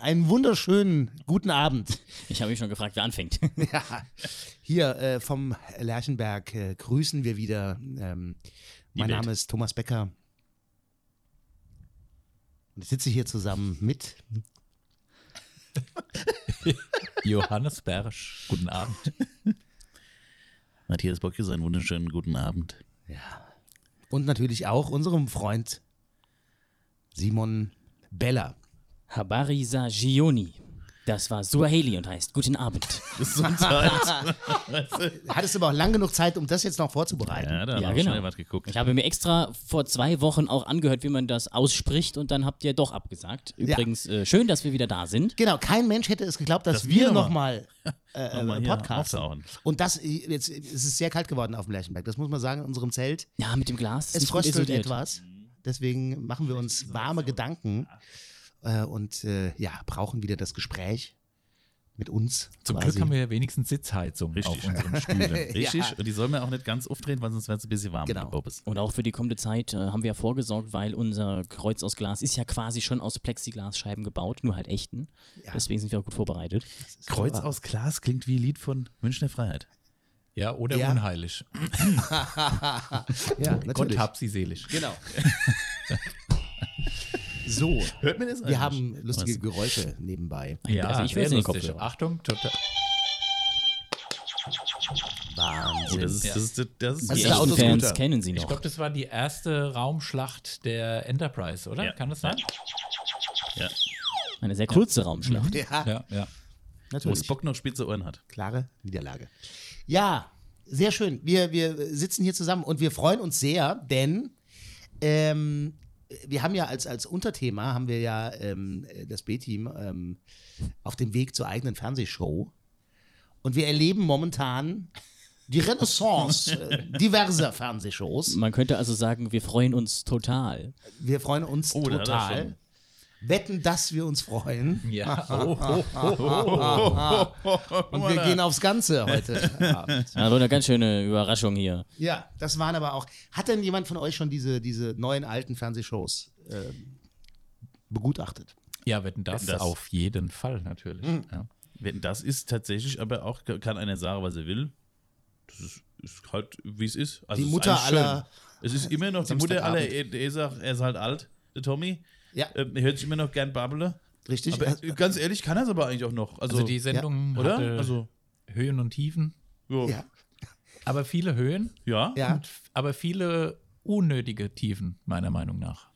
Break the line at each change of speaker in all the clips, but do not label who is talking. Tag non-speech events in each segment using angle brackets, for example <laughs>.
einen wunderschönen guten Abend.
Ich habe mich schon gefragt, wer anfängt. <laughs>
Ja, hier äh, vom Lerchenberg äh, grüßen wir wieder. Ähm,
Die
mein
Welt.
Name ist Thomas Becker. Und ich sitze hier zusammen mit.
Johannes Bersch, guten Abend.
Matthias Bocke, einen wunderschönen guten <laughs> Abend.
Und natürlich auch unserem Freund Simon Beller.
Habarisa Gioni. Das war Suaheli und heißt Guten Abend.
Hattest aber auch lang genug Zeit, um das jetzt noch vorzubereiten.
Ja, da haben
Ja,
wir
genau.
schnell was geguckt.
Ich habe mir extra vor zwei Wochen auch angehört, wie man das ausspricht und dann habt ihr doch abgesagt. Übrigens, äh, schön, dass wir wieder da sind.
Genau, kein Mensch hätte es geglaubt, dass,
Dass
wir
wir <laughs>
nochmal
Noch
äh,
mal
noch
hier
Podcast.
auftauchen.
Und das, äh, jetzt äh, es ist sehr kalt geworden auf dem Lerchenberg. Das muss man sagen, in unserem Zelt.
Ja, mit dem Glas. ist
Es
nicht gut
fröstelt
isoliert.
etwas. Deswegen machen wir uns warme Gedanken äh, und äh, ja, brauchen wieder das Gespräch mit uns.
Zum
quasi.
Glück haben wir ja wenigstens Sitzheizung auf
Richtig. <laughs>
unseren Stühlen.
Richtig,
Ja.
und die sollen wir auch nicht ganz aufdrehen, weil sonst wird es ein bisschen warm.
Genau.
Herr Bobes.
Und auch für die kommende Zeit äh, haben wir ja vorgesorgt, weil unser Kreuz aus Glas ist ja quasi schon aus Plexiglasscheiben gebaut, nur halt echten. Deswegen sind wir auch gut vorbereitet.
Kreuz aus Glas klingt wie ein Lied von Münchner Freiheit.
Ja, oder
Ja.
unheilig.
Ja, natürlich.
Gott hab sie selig.
Genau. so,
Hört mir das
wir
Äh,
haben lustige Geräusche nebenbei.
Oh,
Also ich höre es
sehr
in den
lustig.
Kopfhörer.
Achtung, total.
Oh,
Wahnsinn.
das ist, das ist, das ist,
Das
Die
ist Also der
echten
Autoscooter.
Fans kennen sie
Ich
noch.
glaube, das war die erste Raumschlacht der Enterprise, oder?
Ja.
Kann das sein?
ja.
Eine sehr kurze Raumschlacht.
ja,
Ja, ja.
Wo
natürlich.
Spock noch spitze Ohren hat.
Klare Niederlage. Ja, sehr schön. Wir, wir sitzen hier zusammen und wir freuen uns sehr, denn ähm, wir haben ja als, als Unterthema haben wir ja ähm, das B-Team ähm, auf dem Weg zur eigenen Fernsehshow. Und wir erleben momentan die Renaissance äh, diverser Fernsehshows.
Man könnte also sagen, wir freuen uns total.
Wir freuen uns
Oh, da hat er
total. Wetten, dass wir uns freuen.
ja. Oh, oh, oh,
Und wir gehen aufs Ganze heute Abend.
Ja, war eine ganz schöne Überraschung hier.
Ja, das waren aber auch. Hat denn jemand von euch schon diese, diese neuen alten Fernsehshows äh, begutachtet?
ja, wetten das,
Wetten, das.
auf jeden Fall natürlich. Ja.
Wenn Das ist tatsächlich aber auch, kann einer sagen, was er will. Das ist, ist halt, wie es ist. Also
Die
es
Mutter
ist eigentlich
aller-
schön. Es ist immer noch die Mutter aller,
Samstagabend.
er, er, sagt, er ist halt alt, der Tommy.
Ja.
Äh,
Ähm, er hört sich immer noch gern babbeln.
Richtig?
Aber äh, ganz ehrlich kann er es aber eigentlich auch noch. Also,
Also die Sendung
oder?
hatte
Also,
Höhen und Tiefen,
jo.
ja,
ja.
aber viele Höhen,
Ja.
ja.
und, f- aber viele unnötige Tiefen, meiner Meinung nach.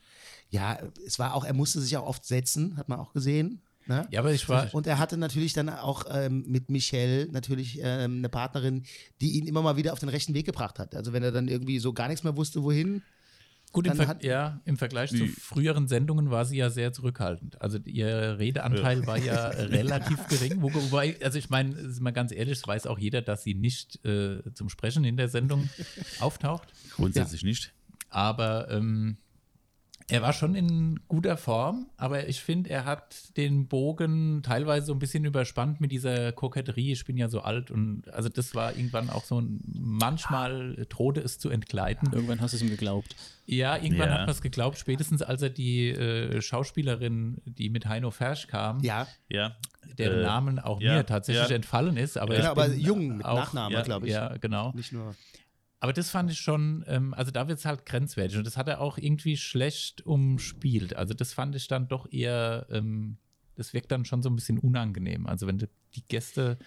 ja, es war auch, er musste sich auch oft setzen, hat man auch gesehen. Ne?
Ja, aber ich war,
Und er hatte natürlich dann auch ähm, mit Michelle natürlich ähm, eine Partnerin, die ihn immer mal wieder auf den rechten Weg gebracht hat. Also wenn er dann irgendwie so gar nichts mehr wusste, wohin.
Gut, im,
Dann
Ver
hat-
ja, im Vergleich zu
Wie-
früheren Sendungen war sie ja sehr zurückhaltend. Also ihr Redeanteil war ja relativ gering. Wo- Wobei, also ich meine, es ist mal ganz ehrlich, es weiß auch jeder, dass sie nicht äh, zum Sprechen in der Sendung auftaucht.
Grundsätzlich nicht.
Aber ähm, er war schon in guter Form, aber ich finde, er hat den Bogen teilweise so ein bisschen überspannt mit dieser Koketterie. Ich bin ja so alt und also das war irgendwann auch so ein, manchmal äh, drohte es zu entgleiten.
Irgendwann hast du es ihm geglaubt.
Ja, irgendwann
Ja.
hat man es geglaubt, spätestens als er die äh, Schauspielerin, die mit Heino Fersch kam,
Ja,
Ja.
deren
Äh,
Namen auch
ja,
mir tatsächlich
ja.
entfallen ist. Aber
genau,
ich
aber
bin
jung mit
auch-
Nachname,
ja,
glaube ich.
Ja, genau.
Nicht nur.
Aber das fand ich schon, ähm, also da wird es halt grenzwertig und das hat er auch irgendwie schlecht umspielt. Also das fand ich dann doch eher, ähm, das wirkt dann schon so ein bisschen unangenehm. Also wenn du die Gäste,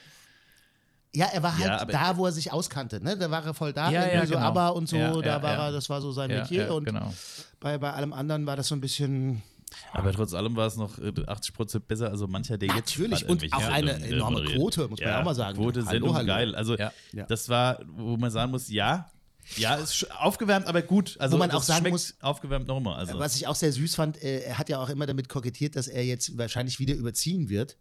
Ja, er war halt
Ja, aber-
da, wo er sich auskannte. Ne? Da war er voll da,
Ja,
irgendwie
ja,
so
genau.
aber und so,
Ja,
da
ja,
war
ja.
er, das war so sein
ja,
Metier
ja,
und
genau.
Bei, bei allem anderen war das so ein bisschen.
Aber trotz allem war es noch äh, 80 Prozent besser. Also mancher, der jetzt.
Natürlich,
gerade
und
irgendwelche
auch eine
Sendungen
enorme
moderiert.
Quote, muss man ja auch mal sagen.
Quote,
Hallo,
Sendung,
hallo.
geil. Also,
Ja.
Ja.
das war, wo man sagen muss, ja. Ja, ist sch- aufgewärmt, aber gut. Also,
Wo man
das
auch sagen
schmeckt
muss-
Aufgewärmt nochmal. Also,
Was ich auch sehr süß fand, äh, er hat ja auch immer damit kokettiert, dass er jetzt wahrscheinlich wieder überziehen wird.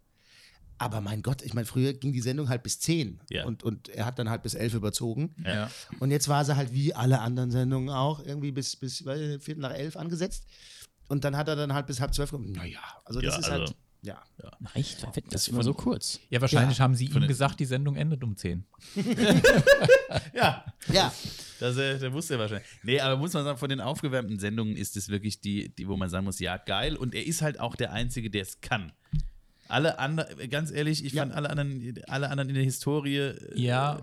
Aber mein Gott, ich meine, früher ging die Sendung halt bis 10
Ja.
und, und er hat dann halt bis 11 überzogen.
Ja. Ja.
Und jetzt war sie halt wie alle anderen Sendungen auch irgendwie bis, bis weiß ich nicht, Viertel nach 11 angesetzt. Und dann hat er dann halt bis halb 12 gekommen. Naja, also das
Ja,
ist
also-
halt, ja.
Reicht, das, das ist immer so kurz.
ja, wahrscheinlich haben sie ihm gesagt, die Sendung endet um 10.
ja,
Ja,
Das, äh, der wusste er wahrscheinlich. Nee, aber muss man sagen, von den aufgewärmten Sendungen ist es wirklich die, die, wo man sagen muss, ja, geil. Und er ist halt auch der Einzige, der es kann. Alle anderen, ganz ehrlich, ich
Ja.
fand alle anderen, alle anderen in der Historie. äh,
Ja,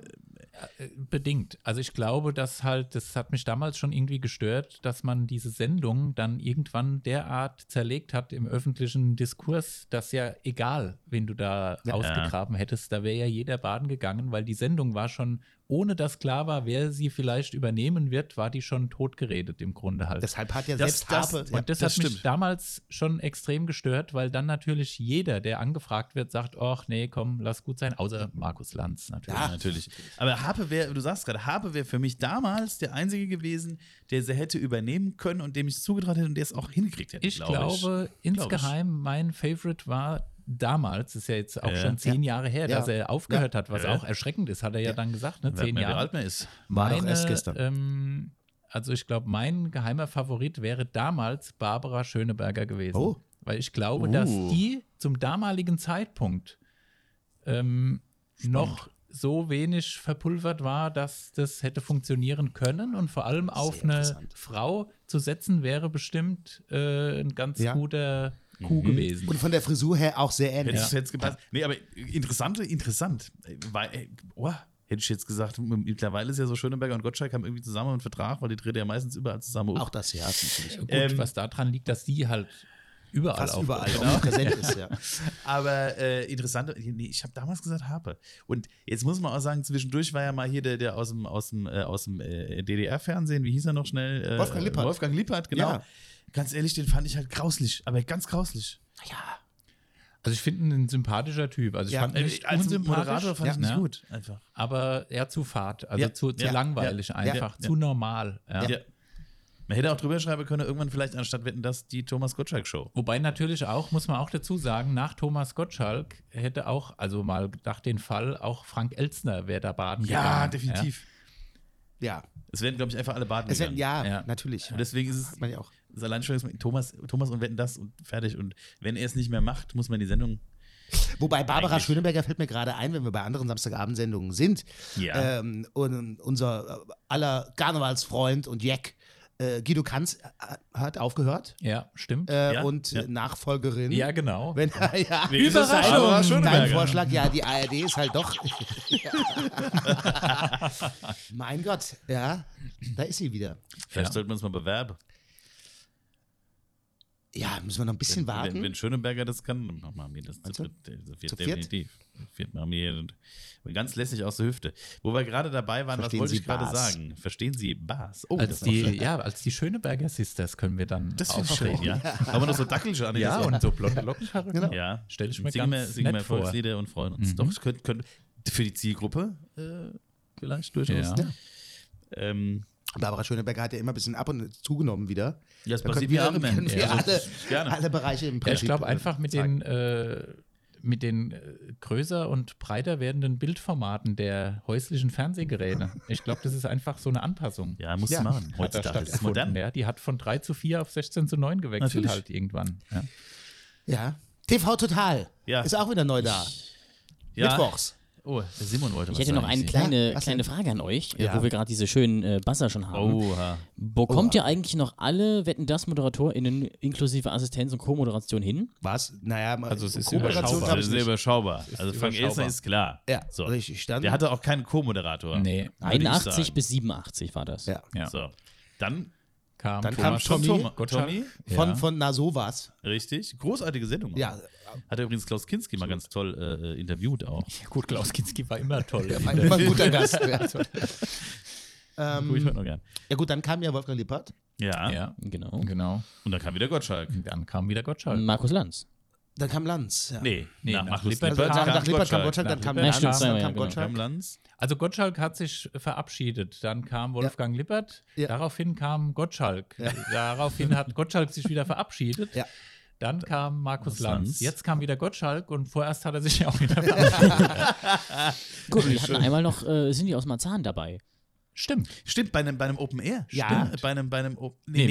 äh, bedingt. Also ich glaube, dass halt, das hat mich damals schon irgendwie gestört, dass man diese Sendung dann irgendwann derart zerlegt hat im öffentlichen Diskurs, dass ja egal, wen du da ausgegraben hättest, da wäre ja jeder baden gegangen, weil die Sendung war schon, ohne dass klar war, wer sie vielleicht übernehmen wird, war die schon totgeredet im Grunde halt.
Deshalb hat ja
Das-
selbst
das-
Harpe.
und
ja.
Und das,
das
hat mich
stimmt.
damals schon extrem gestört, weil dann natürlich jeder, der angefragt wird, sagt, ach nee, komm, lass gut sein, außer Markus Lanz natürlich.
Ja, natürlich. Aber Harpe wäre, du sagst gerade, Harpe wäre für mich damals der Einzige gewesen, der sie hätte übernehmen können und dem ich zugetraut hätte und der es auch hingekriegt hätte.
Ich
glaub ich.
glaube, insgeheim mein Favorite war damals, ist ja jetzt auch
Ja.
schon zehn Jahre her,
Ja.
dass er aufgehört hat, was
Ja.
auch erschreckend ist, hat er ja, dann gesagt, ne?
Wer
Zehn
mir, wer
Jahre.
alt mehr ist.
War doch erst gestern.
Ähm, also ich glaube, mein geheimer Favorit wäre damals Barbara Schöneberger gewesen.
Oh. Uh.
Weil ich glaube, dass die zum damaligen Zeitpunkt ähm, noch so wenig verpulvert war, dass das hätte funktionieren können und vor allem auf eine
interessant.
Frau zu setzen wäre bestimmt äh, ein ganz
Ja. Mhm.
guter Coup gewesen.
Und von der Frisur her auch sehr
Hätte
ähnlich.
ich jetzt gepasst. Nee, aber interessante, interessant. Äh, Weil, äh, oh, hätte ich jetzt gesagt, m- mittlerweile ist ja so Schöneberger und Gottschalk haben irgendwie zusammen einen Vertrag, weil die dreht ja meistens überall zusammen. auf.
Auch das ja. natürlich.
Gut,
Ähm,
was daran liegt, dass die halt überall
Fast
auf
überall auch präsent ist,
<laughs>
ja.
Aber äh, interessant, nee, ich habe damals gesagt Harpe. Und jetzt muss man auch sagen, zwischendurch war ja mal hier der, der aus dem, aus dem, äh, aus dem äh, DDR-Fernsehen, wie hieß er noch schnell? Äh,
Wolfgang Lippert.
Wolfgang Lippert, genau.
Ja.
Ganz ehrlich, den fand ich halt grauslich, aber ganz grauslich.
Also ich finde ihn ein sympathischer Typ. Also ich
Ja,
fand ihn
Äh,
nicht
Als
unsympathisch.
Moderator fand
ja,
ich nicht
ja.
gut, einfach.
Aber eher zu fad, also
Ja,
zu, zu
ja,
langweilig
ja,
einfach,
ja,
zu normal. Ja.
Ja. Man hätte auch drüber schreiben können, irgendwann vielleicht anstatt wetten, dass die Thomas Gottschalk-Show.
Wobei natürlich auch, muss man auch dazu sagen, nach Thomas Gottschalk hätte auch, also mal nach den Fall, auch Frank Elstner wäre da baden gegangen.
Ja,
Es werden, glaube ich, einfach alle baden
es, wär-
gegangen.
ja,
Ja.
natürlich.
Und deswegen ist es,
Man ja auch.
das Alleinstellungsmerkmal, Thomas, Thomas und wetten das und fertig. Und wenn er es nicht mehr macht, muss man die Sendung
Wobei Barbara
Eigentlich-
Schöneberger fällt mir gerade ein, wenn wir bei anderen Samstagabendsendungen sind.
Ja.
Ähm, und unser äh, aller Karnevalsfreund und Jack, äh, Guido Kanz, äh, hat aufgehört.
Ja, ja stimmt.
Äh,
Ja,
und
ja.
Nachfolgerin.
ja, genau.
Wenn, <laughs> ja.
Wer ist es?
Dein-
Barbara
Dein
Schöneberger. ne?
Vorschlag, ja, die ARD ist halt
<laughs>
doch. <laughs> mein Gott, ja, da ist sie wieder.
Vielleicht
Ja.
sollten wir uns mal bewerben.
Ja, müssen wir noch ein bisschen warten.
Wenn, wenn Schöneberger das kann, dann machen wir das
Meinst
zu
du?
viert. äh, Zu viert
Zu viert?
definitiv. Zu viert machen wir hier das- ganz lässig aus der Hüfte. Wo wir gerade dabei waren,
Verstehen
was wollte
Sie
ich gerade
Bas?
sagen? Verstehen Sie Bas? Oh,
als
war
die,
schön.
ja, als die Schöneberger Sisters können wir dann
Das ist schön,
auftreten.
ja. Aber noch so Dackelsche an
Ja, und so blonde Lockenhaare. Genau.
ja.
Stell ich mir
singen wir,
ganz
singen wir
nett vor. Mhm.
Volkslieder und freuen uns. Doch, es könnte, könnte für die Zielgruppe äh, vielleicht durchaus.
Ja.
Ja. Ähm,
Barbara Schöneberger hat ja immer ein bisschen ab und zugenommen wieder.
Ja, das
Da können
passiert
wir,
mir auch immer.
können wir
Ja, also,
alle,
gerne.
alle Bereiche im
Ja,
Prinzip.
ich glaube einfach mit
sagen.
den, äh, mit den äh, größer und breiter werdenden Bildformaten der häuslichen Fernsehgeräte. Ich glaube, das ist einfach so eine Anpassung.
ja, muss
Ja.
machen.
Hat da
Heutzutage ist es
stattgefunden,
modern.
Ja, die hat von 3 zu 4 auf 16 zu 9 gewechselt
Natürlich.
halt irgendwann. Ja.
Ja. TV Total
Ja.
ist auch wieder neu da.
Ja.
Mittwochs.
Oh, der Simon wollte
Ich
was
hätte noch
sagen,
eine
ich
kleine,
Ja, was
kleine
denn?
Frage an euch, äh,
Ja.
wo wir gerade diese schönen äh, Buzzer schon haben.
sehe. Oha.
Oh.
Bekommt ihr eigentlich noch alle Wetten das ModeratorInnen inklusive Assistenz und Co-Moderation hin?
Was? Naja, also
es ist
Kooperation
überschaubar.
habe
Das
ich
ist sehr
nicht.
überschaubar. Also Frank
überschaubar.
Elsner ist klar.
Ja,
so.
richtig. Dann,
Der hatte auch keinen Co-Moderator.
Nee.
würde ich
81
sagen.
bis 87 war das.
ja.
Ja.
So. Dann
Kam
Dann
Thomas
kam Tommy.
Gottschalk.
Tommy.
Von,
Ja.
von Na sowas.
Richtig. Großartige Sendung.
Ja,
Hat er übrigens Klaus Kinski mal ganz toll äh, äh, interviewt auch.
Gut, Klaus Kinski war immer toll.
war immer ein guter
<laughs>
Gast. Ja.
Guck
mhm.
ich heute noch gern.
ja gut, dann kam ja Wolfgang Lippert.
Ja.
ja,
Genau.
genau.
Und dann kam wieder Gottschalk.
Und dann kam wieder Gottschalk.
Markus Lanz.
Dann kam Lanz. Ja.
Nee,
Nee,
nach,
nach
Markus
Lippert
Also,
Lippert
nach,
kam
nach Lippert kam
Gottschalk.
Gottschalk, dann
Nach
kam
Lippert
Lanz,
kam- Ja,
dann
ja,
kam
genau.
Kam
Gottschalk.
Lanz.
Also Gottschalk hat sich äh, verabschiedet. Dann kam Wolfgang Lippert.
Ja.
Daraufhin kam Gottschalk. Daraufhin hat Gottschalk sich wieder verabschiedet.
Ja.
Dann kam Markus
Lanz.
Lanz. Jetzt kam wieder Gottschalk und vorerst hat er sich <laughs> ja auch wieder verabschiedet.
Gut, und wir hatten einmal noch, äh, sind die aus Marzahn dabei?
Stimmt.
Stimmt, bei einem, bei einem Open Air.
Ja.
Stimmt. Bei einem, bei einem Open
Nee,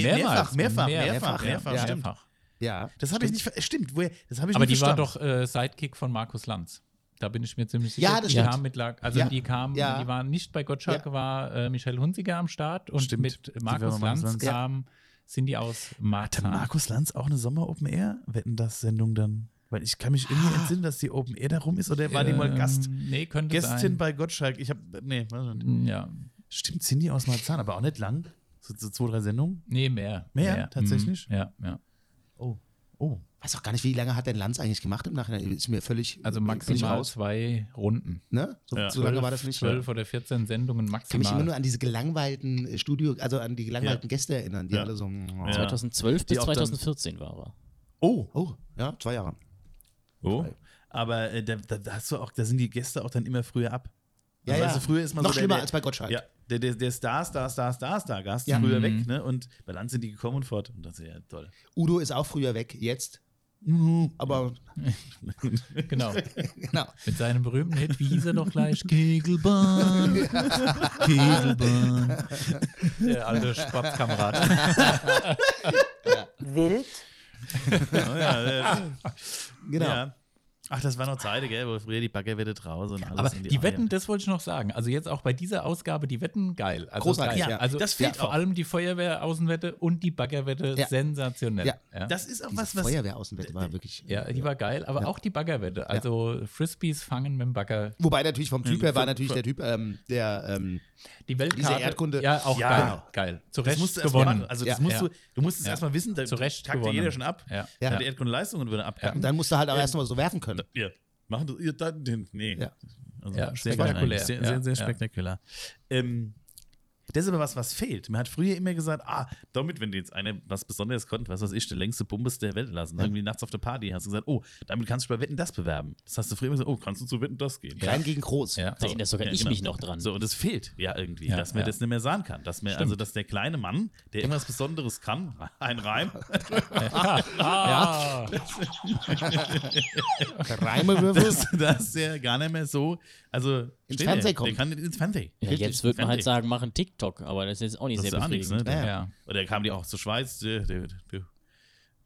Mehrfach,
mehrmals.
mehrfach,
Mehr-
mehrfach,
mehrfach,
mehrfach,
ja.
stimmt.
Mehrfach.
Ja.
Das habe ich nicht ver Stimmt, woher, das habe ich
Aber
nicht
die war
verstanden.
doch äh, Sidekick von Markus Lanz. Da bin ich mir ziemlich sicher.
Ja, das
die
stimmt.
Kam mit, Lag- also
Ja.
die kam,
Ja.
die war nicht bei Gottschalk,
Ja.
war äh, Michelle Hunziger am Start und
Stimmt. Die
mit
war
Markus
bei Markus
Lanz
Lanz.
kam, sind die aus Martin.
Ah. Markus Lanz auch eine Sommer-Open Air? Wetten das Sendung dann? Weil ich kann mich irgendwie entsinnen, dass die Open Air da rum ist oder war die mal
Ähm,
Gast?
Nee, könnte
Gästin
sein.
bei Gottschalk. Ich habe nee, weiß nicht.
Ja.
stimmt, Cindy aus Marzahn, aber auch nicht lang. So, so zwei, drei Sendungen.
Nee, mehr.
Mehr, tatsächlich?
Mhm. Ja, ja.
Oh, oh.
Weiß auch gar nicht, wie lange hat denn Lanz eigentlich gemacht im Nachhinein? Ist mir völlig. äh,
Also
völlig
maximal
raus.
zwei Runden.
Ne? So,
Ja.
so lange war das nicht.
Zwölf oder 14 Sendungen
Ich kann mich immer nur
maximal.
an diese gelangweilten äh, Studio, also an die gelangweilten Gäste erinnern, die
Ja.
alle so.
Ja.
2012 bis
Die auch dann-
2014 war er.
Oh, oh, ja, zwei Jahre.
Oh. Aber äh, da, da, da hast du auch, da sind die Gäste auch dann immer früher ab.
Ja,
Also,
ja.
weißt du, früher ist man
Noch
so der-
schlimmer
der-
als bei Gottschalk.
Ja, der, der, der Star, Star, Star, Star, Star Gast
Ja.
früher
Mhm.
weg, ne? Und bei Land sind die gekommen und fort. Und das ist ja toll.
Udo ist auch früher weg, jetzt.
Mhm.
Aber <laughs>
Genau.
genau.
Mit seinem berühmten Hit, wie hieß er doch gleich? Kegelbahn.
<laughs>
Kegelbahn. Der alte Spatzkamerad.
Wild.
Ja, ja,
genau.
Ja. Ach, das war noch Zeit, gell, wo früher die Baggerwette draußen und alles.
Aber
in
die
Eier.
Wetten, das wollte ich noch sagen. Also jetzt auch bei dieser Ausgabe, die Wetten geil. Also
Großartig,
geil.
ja.
Also
Das fehlt
vor
auch.
allem die Feuerwehraußenwette und die Baggerwette
Ja.
sensationell.
Ja.
Das ist auch
Diese
was, was.
Feuerwehraußenwette war wirklich.
Ja, die war geil, aber auch die Baggerwette. Also Frisbees fangen mit dem Bagger.
Wobei natürlich vom Typ her war
für-
natürlich der Typ, ähm, der ähm,
Die Weltkarte.
Erdkunde-
Ja, auch
Ja,
geil.
genau.
Geil. Zu
Das
Recht
musst du erst mal
gewonnen.
machen. Also,
Ja.
das musst
Ja.
du, du musst es
Ja.
erstmal wissen, da
Zu Recht
takte
gewonnen.
jeder schon ab.
Ja.
Ja.
Die Erdkunde Leistungen würden abkacken.
und dann musste halt auch erstmal so werfen können.
Ja. Machen das, ihr dann, den- nee.
Ja.
Also,
Ja,
sehr
spektakulär.
geil. Sehr,
Ja,
sehr, sehr
ja.
spektakulär. Ähm, das ist aber was, was fehlt. Man hat früher immer gesagt, ah, damit, wenn jetzt einer was Besonderes konnte, was weiß ich, der längste Bumbes der Welt lassen, irgendwie nachts auf der Party, hast du gesagt, oh, damit kannst du bei Wetten das bewerben. Das hast du früher immer gesagt, oh, kannst du zu Wetten das gehen.
Klein gegen groß.
Ja.
Da erinnere sogar
Ja,
ich
genau.
mich noch dran.
So, und es fehlt ja irgendwie,
Ja,
dass man
ja.
das nicht mehr sagen kann. Dass man, also, dass der kleine Mann, der irgendwas Besonderes kann, ein Reim, <laughs>
Ah,
Reimewürfel.
dass, dass der gar nicht mehr so, also, steht der,
Fernsehen
Der
kommt.
kann nicht ins Fernsehen.
Ja,
Richtig,
jetzt würde man halt
Fernsehen.
sagen, machen TikTok, aber das ist jetzt auch nicht
Das ist
sehr
auch nichts,
befriedigend.
Ja,
ne?
ja.
Oder kam die auch zur Schweiz, der, der, der,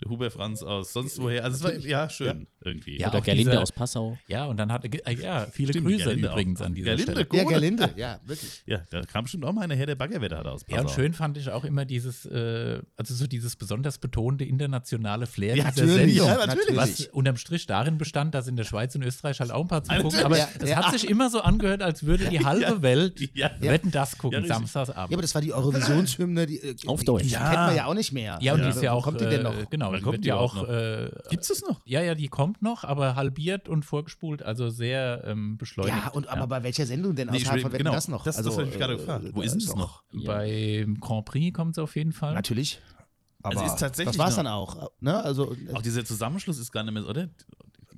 der Huber Franz aus sonst woher. Also es war ja schön irgendwie.
Ja,
Oder
auch
Gerlinde
dieser-
aus Passau.
ja, und dann hatte. äh, Ja, viele
Stimmt,
Grüße
Gerlinde
übrigens
auch.
an dieser
Gerlinde,
Stelle.
gut.
Ja, Gerlinde, ja, wirklich.
Ja, da kam schon auch mal einer her, der Baggerwetter hat aus.
Ja, und
Also.
Passau.
schön fand ich auch immer dieses, äh, also so dieses besonders betonte internationale Flair
Ja,
dieser
natürlich,
Sendung.
ja, natürlich.
Was unterm Strich darin bestand, dass in der Schweiz und Österreich halt auch ein paar zugucken.
Natürlich.
Aber
Ja,
es
ja.
hat sich immer so angehört, als würde
<laughs>
die halbe Welt
Ja.
wetten das gucken,
Ja, richtig.
Ja, aber
samstagsabend.
das war die Eurovisionshymne. Die, äh,
Auf Deutsch.
Die, die
Ja.
kennt man ja auch nicht mehr.
Ja, und die ist ja
Wo
auch.
Kommt die denn noch?
Äh, genau,
Wann
die
kommt
wird
die
ja
auch
auch.
noch?
Äh,
Gibt's das noch?
ja, ja, die kommt noch, aber halbiert und vorgespult, also sehr ähm, beschleunigt.
ja, und aber bei welcher Sendung denn?
ich
Außerhalb
will-
von Wetten,
genau,
das noch? Also, äh,
Das, das
Also,
hab ich
äh,
gerade gefragt. Wo ist denn das noch?
Beim Grand Prix kommt es auf jeden Fall.
Natürlich. Aber
Also ist tatsächlich
das war es
noch-
dann auch. Ne? Also,
Auch dieser Zusammenschluss ist gar nicht mehr, oder?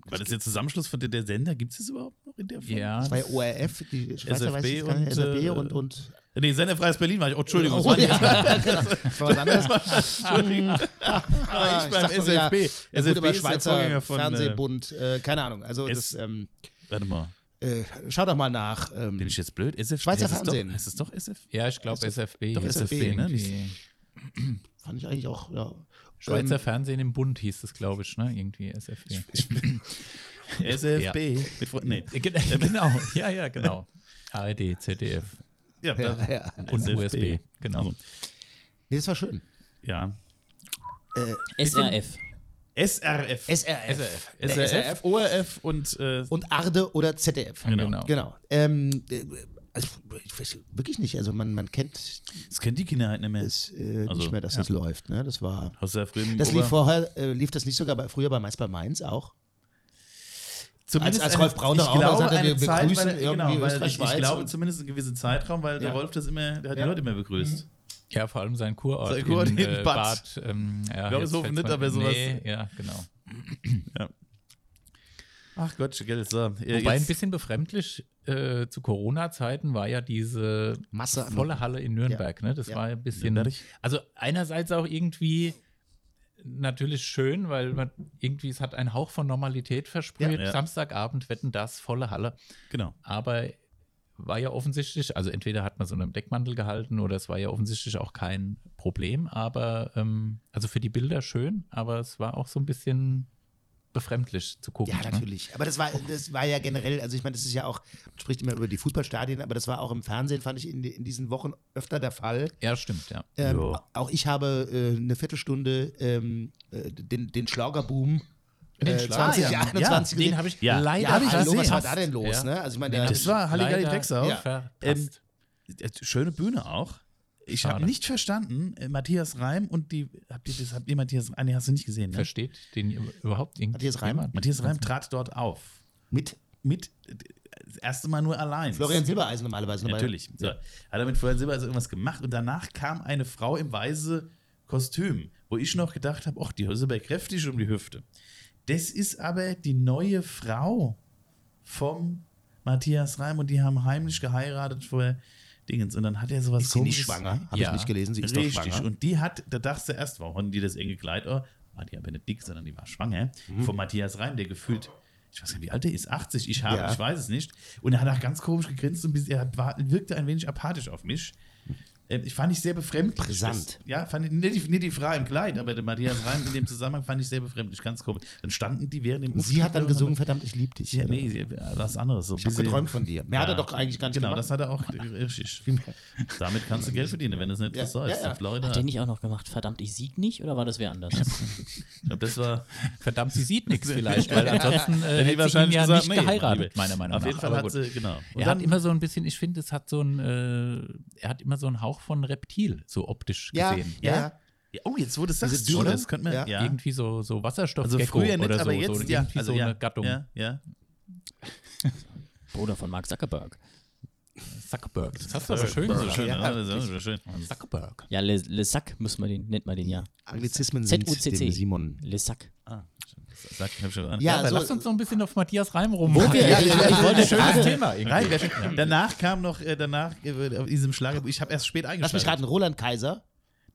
War das der Zusammenschluss von der, der Sender? Gibt es das überhaupt noch in der Form?
Ja,
das war ja ORF, die Schweizer weiß
SFB
ich gar nicht,
und,
SFB und,
äh,
und
Nee, Sender Freies Berlin war ich. Oh, Entschuldigung, das
Oh,
war nicht-
ja. <laughs> das war was
<laughs>
anderes. <laughs> Entschuldigung.
war ich beim
dachte so, ja,
SFB.
Ja, gut, aber
ist der
Schweizer
Vorgänger von, äh,
Fernsehbund, äh, keine Ahnung. Also das,
S-
ähm,
Warte mal,
äh, schau doch mal nach. Ähm,
bin ich jetzt blöd? SF,
Schweizer
heißt es doch-
Fernsehen.
Heißt es doch SF?
ja ich
Also
glaube SFB.
Doch, SFB, ne?
irgendwie.
fand ich eigentlich auch, ja.
Ähm,
ähm,
Schweizer Fernsehen im Bund hieß das, glaube ich, ne? Irgendwie SFB.
SFB. Mit Fre- nee.
genau, ja, ja, genau. ARD, ZDF
Ja,
Ähm,
da-
ja, ja.
und USB. Genau.
Also,
Nee, das war schön.
ja.
SRF.
SRF.
SRF.
SRF.
Der SRF.
SRF, ORF und, äh,
Und Arde oder ZDF.
Genau. Genau.
Genau. Ähm, äh, also, ich weiß wirklich nicht. Also man, man kennt
das kennen die Kinder halt nicht mehr.
es äh,
Also,
nicht mehr, dass das läuft. Ne? Das war.
Hast du ja früher im
Das lief
Ober-
vorher, äh, lief das nicht sogar bei, früher bei Mainz bei Mainz auch?
Zumindest
als
ein-
Rolf Braun
ich
doch auch mal
glaube,
sagte,
eine
wir
Zeit,
begrüßen
weil,
irgendwie
genau, weil
Österreich,
ich, ich
Schweiz
glaube
und-
zumindest einen gewissen Zeitraum, weil der
Ja.
Rolf das immer, der hat
Ja. Mhm.
die Leute immer begrüßt.
Ja, vor allem sein Kurort.
Sein Kurort in
äh,
Bad.
Bad. Ähm, ja,
Glaubenshofen nicht,
jetzt fällt's mir-
aber sowas-
Nee, ja, genau.
Ach Gott, gell, so. äh,
Wobei ein
jetzt-
bisschen befremdlich äh, zu Corona-Leuten war ja diese
Masse an
volle Halle in Nürnberg. Ne? Das
Ja.
war ein bisschen.
Nürnberg.
Also einerseits auch irgendwie natürlich schön, weil man irgendwie es hat einen Hauch von Normalität versprüht.
Ja. Ja.
Samstagabend wetten das volle Halle,
genau.
aber war ja offensichtlich, also entweder hat man so einen Deckmantel gehalten oder es war ja offensichtlich auch kein Problem, aber ähm, also für die Bilder schön, aber es war auch so ein bisschen befremdlich zu gucken.
Ja,
ne?
natürlich. Aber das war, das war ja generell, also ich meine, das ist ja auch, man spricht immer über die Fußballstadien, aber das war auch im Fernsehen, fand ich in, die- in diesen Wochen öfter der Fall.
Ja, stimmt, ja.
Ähm,
Ja.
Auch ich habe äh, eine Viertelstunde ähm, äh, den, den Schlagerboom äh,
Schlag.
2021
ja, den
gesehen.
habe ich
Ja.
ja,
leider
hallo, was war
verpasst.
da denn los?
Ja.
Ne? Also ich meine,
Den
der-
hab
Das war Halligalli
leider
Drecksau.
Ja.
verpasst.
Äh, Schöne Bühne auch. Ich habe
Schade.
nicht verstanden, äh, Matthias Reim und die, habt ihr das, habt ihr Matthias, ah, nee, hast du nicht gesehen, ne?
Versteht den überhaupt irgendwie?
Matthias Reimer
Matthias Reim trat dort auf.
mit
Mit, äh, das erste Mal nur allein.
Florian Silbereisen normalerweise. dabei.
Natürlich. So. Hat er mit Florian Silber also irgendwas gemacht und danach kam eine Frau im weiße Kostüm, wo ich noch gedacht habe, ach, die ist aber kräftig um die Hüfte. Das ist aber die neue Frau vom Matthias Reim und die haben heimlich geheiratet vor Dingens und dann hat er sowas
Ist sie nicht
komisches-
schwanger? Habe
Ja.
ich nicht gelesen. Sie ist
Richtig.
doch schwanger.
Und die hat, da dachte du erst, warum die das enge Kleid, oh, war die aber nicht dick, sondern die war schwanger,
Mhm.
von Matthias Reim, der gefühlt, ich weiß nicht, wie alt er ist, 80, ich habe,
Ja.
ich weiß es nicht. Und er hat auch ganz komisch gegrinst und bis- er hat- war, wirkte ein wenig apathisch auf mich. Ähm, Ich fand ich sehr befremdlich.
Brisant.
Das- Ja, fand ich, nicht, die- nicht die Frau im Kleid, aber der Matthias Reim in dem Zusammenhang fand ich sehr befremdlich, ganz komisch. Dann standen die während dem
Sie hat dann
Auftritt-
gesungen, verdammt, ich liebe dich.
Ja, nee, sie- was anderes. So
Ich habe geträumt von dir. Mehr hat er
Ja.
doch eigentlich gar nicht
Genau,
gemacht.
das hat er
<laughs>
auch richtig. Damit kannst du Geld verdienen, wenn du es nicht
Ja,
versäumst.
ja, ja.
In Florida.
äh,
Hat der nicht auch noch gemacht, verdammt, ich sieg nicht? Oder war das wer anders?
<laughs>
Ich glaube, das war.
Verdammt, sie sieht
<laughs>
nichts vielleicht, weil ansonsten äh,
hätte
hätte sie ihn ja nicht geheiratet, meiner Meinung nach.
Auf jeden Fall
Aber
hat
gut.
sie, genau. Und
er
dann
hat immer so ein bisschen, ich finde, es hat so ein, äh, er hat immer so einen Hauch von Reptil, so optisch
Ja,
gesehen.
ja,
Ja. Ja, oh, jetzt
Also
wurde es
Diese
das.
Dürre.
Das könnte man.
Ja.
Ja.
Irgendwie so, so
Also
Wasserstoffgecko
früher nicht,
oder so,
aber jetzt
so
ja.
irgendwie
Also
so
ja,
eine Gattung.
Ja, ja.
Bruder von Mark Zuckerberg.
Zuckerberg. Das hast du aber schön Also
So
gesagt.
schön.
Ja.
Ja, das ist so schön.
Zuckerberg.
Ja, Le, Le Sac muss man den, nennt man den ja.
Anglizismen sind
Z-U-C-C.
dem Simon.
Le Sac.
Ah, schön. Sag, ich hab schon an.
Ja, also
Aber
so-
lasst uns noch ein bisschen auf Matthias Reim
Wo
rummachen.
wir- ja, ich- ich wollte
Also,
gerade-
Thema.
Rein,
Irgendwie.
wär schön. Danach kam noch, äh, danach äh, auf diesem Schlagerbuch, ich habe erst spät
Lass mich
eingeschaltet.
raten, Roland Kaiser.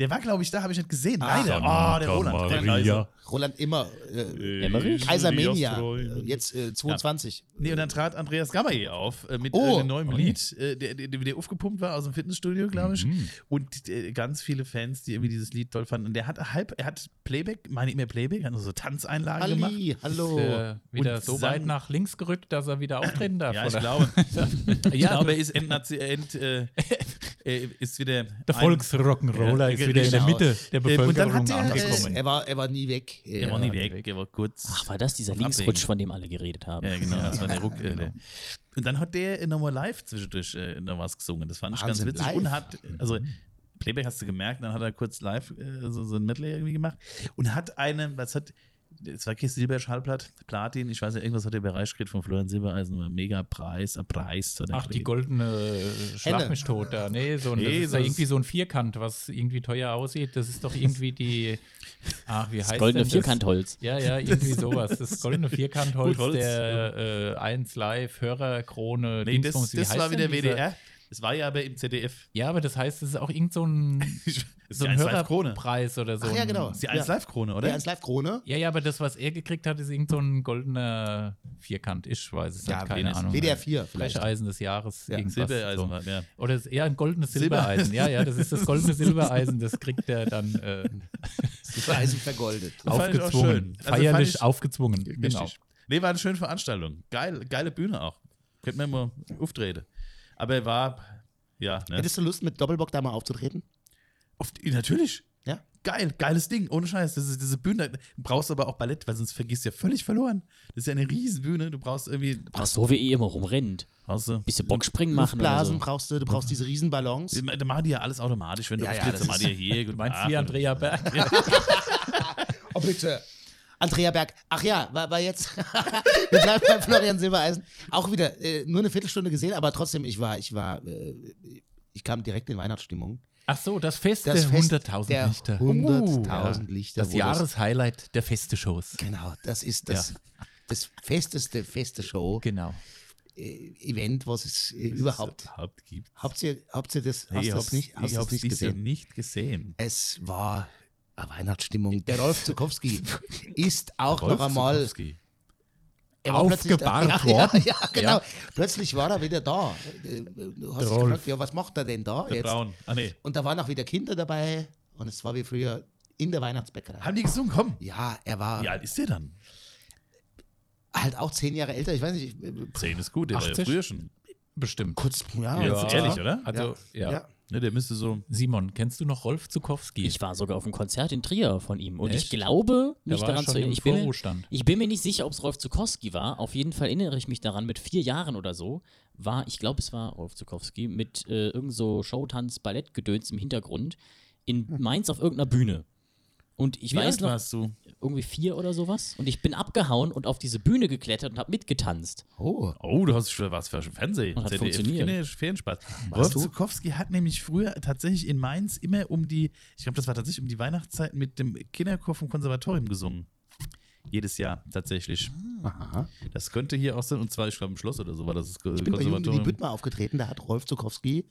Der war, glaube ich, da, habe ich nicht gesehen.
Ah.
Leider. oh, der Roland. Der Kaiser.
Roland immer. Äh,
Emmerich?
Kaisermania. äh, Jetzt äh, 22.
Nee, und dann trat Andreas Gamay auf äh, mit
Oh.
äh, einem neuen Lied, äh, der, der, der aufgepumpt war aus dem Fitnessstudio, glaube ich. Und äh, ganz viele Fans, die irgendwie dieses Lied toll fanden. Und der hat halb, er hat Playback, meine ich mehr Playback, hat nur so Tanzeinlagen gemacht.
Ali, hallo.
Äh, wieder
Und
so weit
sang-
nach links gerückt, dass er wieder auftreten darf.
Ja, ich
oder? <laughs>
glaube. ich
Ja,
glaube, er ist, entnazi- äh, ent, äh, äh, ist wieder.
Der
ein- Ja,
Volksrock'nroller ist wieder in der
genau.
Mitte der
Äh, und dann
Bevölkerung
hat er, äh,
angekommen.
er, war, er war nie weg. Äh,
Der war nie weg, der war kurz.
Ach, war das dieser
Abwägen.
Linksrutsch, von dem alle geredet haben?
Ja, genau, das war der Ruck. Äh, der. Und dann hat der äh, nochmal live zwischendurch äh, noch was gesungen. Das fand ich
Wahnsinn,
ganz witzig.
live.
Und hat, also Playback hast du gemerkt, dann hat er kurz live äh, so, so ein Medley irgendwie gemacht und hat eine, was hat, es war Kiss Silber Schallplatt, Platin, ich weiß nicht, irgendwas hat der Bereich gekriegt von Florian Silbereisen, mega Preis, ein Preis. hat er
Ach, die
gekriegt.
goldene äh, Schlag mich tot da. Nee, so ein, das ist da
Jesus.
irgendwie so ein Vierkant, was irgendwie teuer aussieht. Das ist doch
<laughs>
irgendwie die. Ach, wie heißt
Das goldene
denn das?
Vierkantholz.
Ja, ja, irgendwie sowas. Das goldene Vierkantholz
Gut, Holz.
der äh, 1 Live Hörerkrone.
Nee, das,
Dingsbums, wie
das
heißt
war
denn
wieder
dieser-
WDR. Das war ja aber im ZDF.
Ja, aber das heißt, das ist auch irgend so ein,
<laughs> Das <laughs> ist
so
die
ein
1 Live Krone.
Hörerpreis oder so.
Ach ja,
ein-
genau.
Das ist die 1 Live Krone, oder?
Der als Live-Krone.
Ja, ja, aber das, was er gekriegt hat, ist irgend so ein goldener Vierkant. Ich weiß es
Ja,
nicht, keine Ahnung.
WDR 4 vielleicht.
Brecheisen des Jahres.
Ja,
irgendwas.
Silbereisen
So.
war, ja.
Oder ist eher ein goldenes
Silbereisen.
Silbereisen. Ja, ja, das ist
<laughs>
das goldene Silbereisen. Das kriegt er dann äh,
Das Eisen vergoldet.
fand ich auch
aufgezwungen.
schön. Also fand
Feierlich
ich-
aufgezwungen.
Genau.
Genau.
Richtig. Nee, war eine schöne Veranstaltung. Geil, geile Bühne auch. Könnte man mal auftreten. Aber er war, ja, ne?
Hättest du Lust, mit Doppelbock da mal aufzutreten?
Auf die- natürlich.
Ja.
Geil, geiles Ding, ohne Scheiß. Das ist diese Bühne, da brauchst du aber auch Ballett, weil sonst vergisst du ja völlig verloren. Das ist ja eine Riesenbühne, du brauchst irgendwie,
Ach so, wie ihr immer rumrennt.
brauchst du,
Bisschen Bockspringen machen oder
Blasen
so.
brauchst du, du brauchst diese Riesenballons.
da machen die ja alles automatisch, wenn du
Ja, ja,
auftrittst,
das
dann machen die ja <laughs> hier, gut,
Du meinst wie Andrea Berg?
Oh, bitte. Andrea Berg. Ach ja, war, war jetzt. <laughs> Wir bleiben bei Florian Silbereisen. Auch wieder äh, nur eine Viertelstunde gesehen, aber trotzdem, ich war, ich war, äh, ich kam direkt in Weihnachtsstimmung.
Ach so, das Fest
Das
der
Fest
100.000
der
Lichter.
100.000
Uh,
ja.
Lichter,
Das
wo das-
Jahreshighlight der Feste-Shows.
Genau, das ist das, das festeste, feste Show-Event,
Genau.
was es äh, überhaupt.
Haupt gibt.
Habt ihr, habt ihr das, hast
ich
du das
hab's,
nicht, hast
ich
du das
hab's
nicht
dieses Jahr
gesehen?
nicht gesehen.
Es war eine Weihnachtsstimmung. Der Rolf <laughs> Zukowski ist auch
Rolf
noch einmal
Zukowski.
er war plötzlich
Aufgebahrt
da. Ja,
worden.
ja, ja, genau. Plötzlich war er wieder da. Äh, Du hast dich
Rolf.
gefragt, ja, was macht er denn da
Der
jetzt?
Braun. Ah, nee.
Und da waren auch wieder Kinder dabei und es war wie früher in der Weihnachtsbäckerei.
Haben die gesungen? Komm.
Ja, er war
Wie alt ist der dann?
halt auch zehn Jahre älter. Ich weiß nicht, ich-
Zehn ist gut, der war ja
80?
früher schon.
Bestimmt.
kurz, ja,
Jetzt ehrlich, oder?
Also, ja.
Ja.
Ne, der müsste so.
Simon, kennst du noch Rolf Zukowski?
Ich war sogar auf einem Konzert in Trier von ihm und ich
Echt?
glaube, mich
war er
daran
schon
zu erinnern.
im
Ich bin, mir-
Vorruhestand.
ich bin mir nicht sicher, ob es Rolf Zukowski war. Auf jeden Fall erinnere ich mich daran, mit vier Jahren oder so war, ich glaube, es war Rolf Zukowski, mit äh, irgend so Showtanz-Ballettgedöns im Hintergrund in
Hm.
Mainz auf irgendeiner Bühne. Und ich
Wie
weiß
alt
noch,
warst du?
irgendwie vier oder sowas. Und ich bin abgehauen und auf diese Bühne geklettert und habe mitgetanzt.
Oh.
Oh, du hast für was für Fernsehen.
Und hat
ZDF,
funktioniert.
Kinder- Fernspaß. Rolf
du?
Zukowski hat nämlich früher tatsächlich in Mainz immer um die, ich glaube, das war tatsächlich um die Weihnachtszeit mit dem Kinderchor vom Konservatorium gesungen. Jedes Jahr tatsächlich.
Aha.
Das könnte hier auch sein, und zwar, ich glaube, im Schloss oder so war das, das Ko-
Ich bin bei Jugend in die
Konservatorium.
Bütt mal aufgetreten, da hat Rolf Zukowski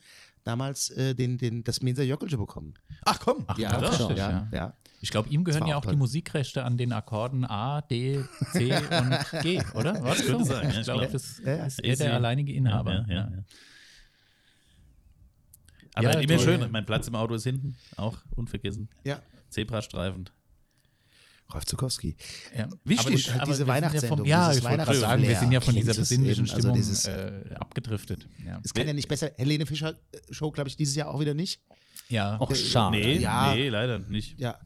damals äh, den, den, das Mensa Jöckelche bekommen.
Ach komm, Ach,
Ja,
doch.
ja,
tatsächlich,
ja.
ja.
ja.
Ich glaube, ihm gehören
war
ja
auch
auch
toll.
die Musikrechte an den Akkorden A, D, C und G, oder? Was
könnte sein, ja, ich
Ich glaube,
glaub.
das
Ja, ja.
ist er
Ist sie-
der alleinige Inhaber.
Ja, ja, ja. Aber
Ja,
halt immer
toll.
schön, mein Platz im Auto ist hinten, auch unvergessen.
ja.
Zebrastreifen.
Rolf Zukowski.
Ja.
Wichtig, halt diese
wir sind ja
Weihnachtssendung,
vom- Ja,
dieses
ich wollte gerade
Weihnachts-
sagen, wir
Ja,
sind ja von dieser
dieses
besinnlichen
eben, also
Stimmung
dieses-
äh, abgedriftet. Ja,
Es kann ja nicht besser. Helene Fischer äh, Show, glaube ich, dieses Jahr auch wieder nicht.
ja.
Och, schade. <laughs>
Nee,
Ja.
nee, leider nicht.
Ja.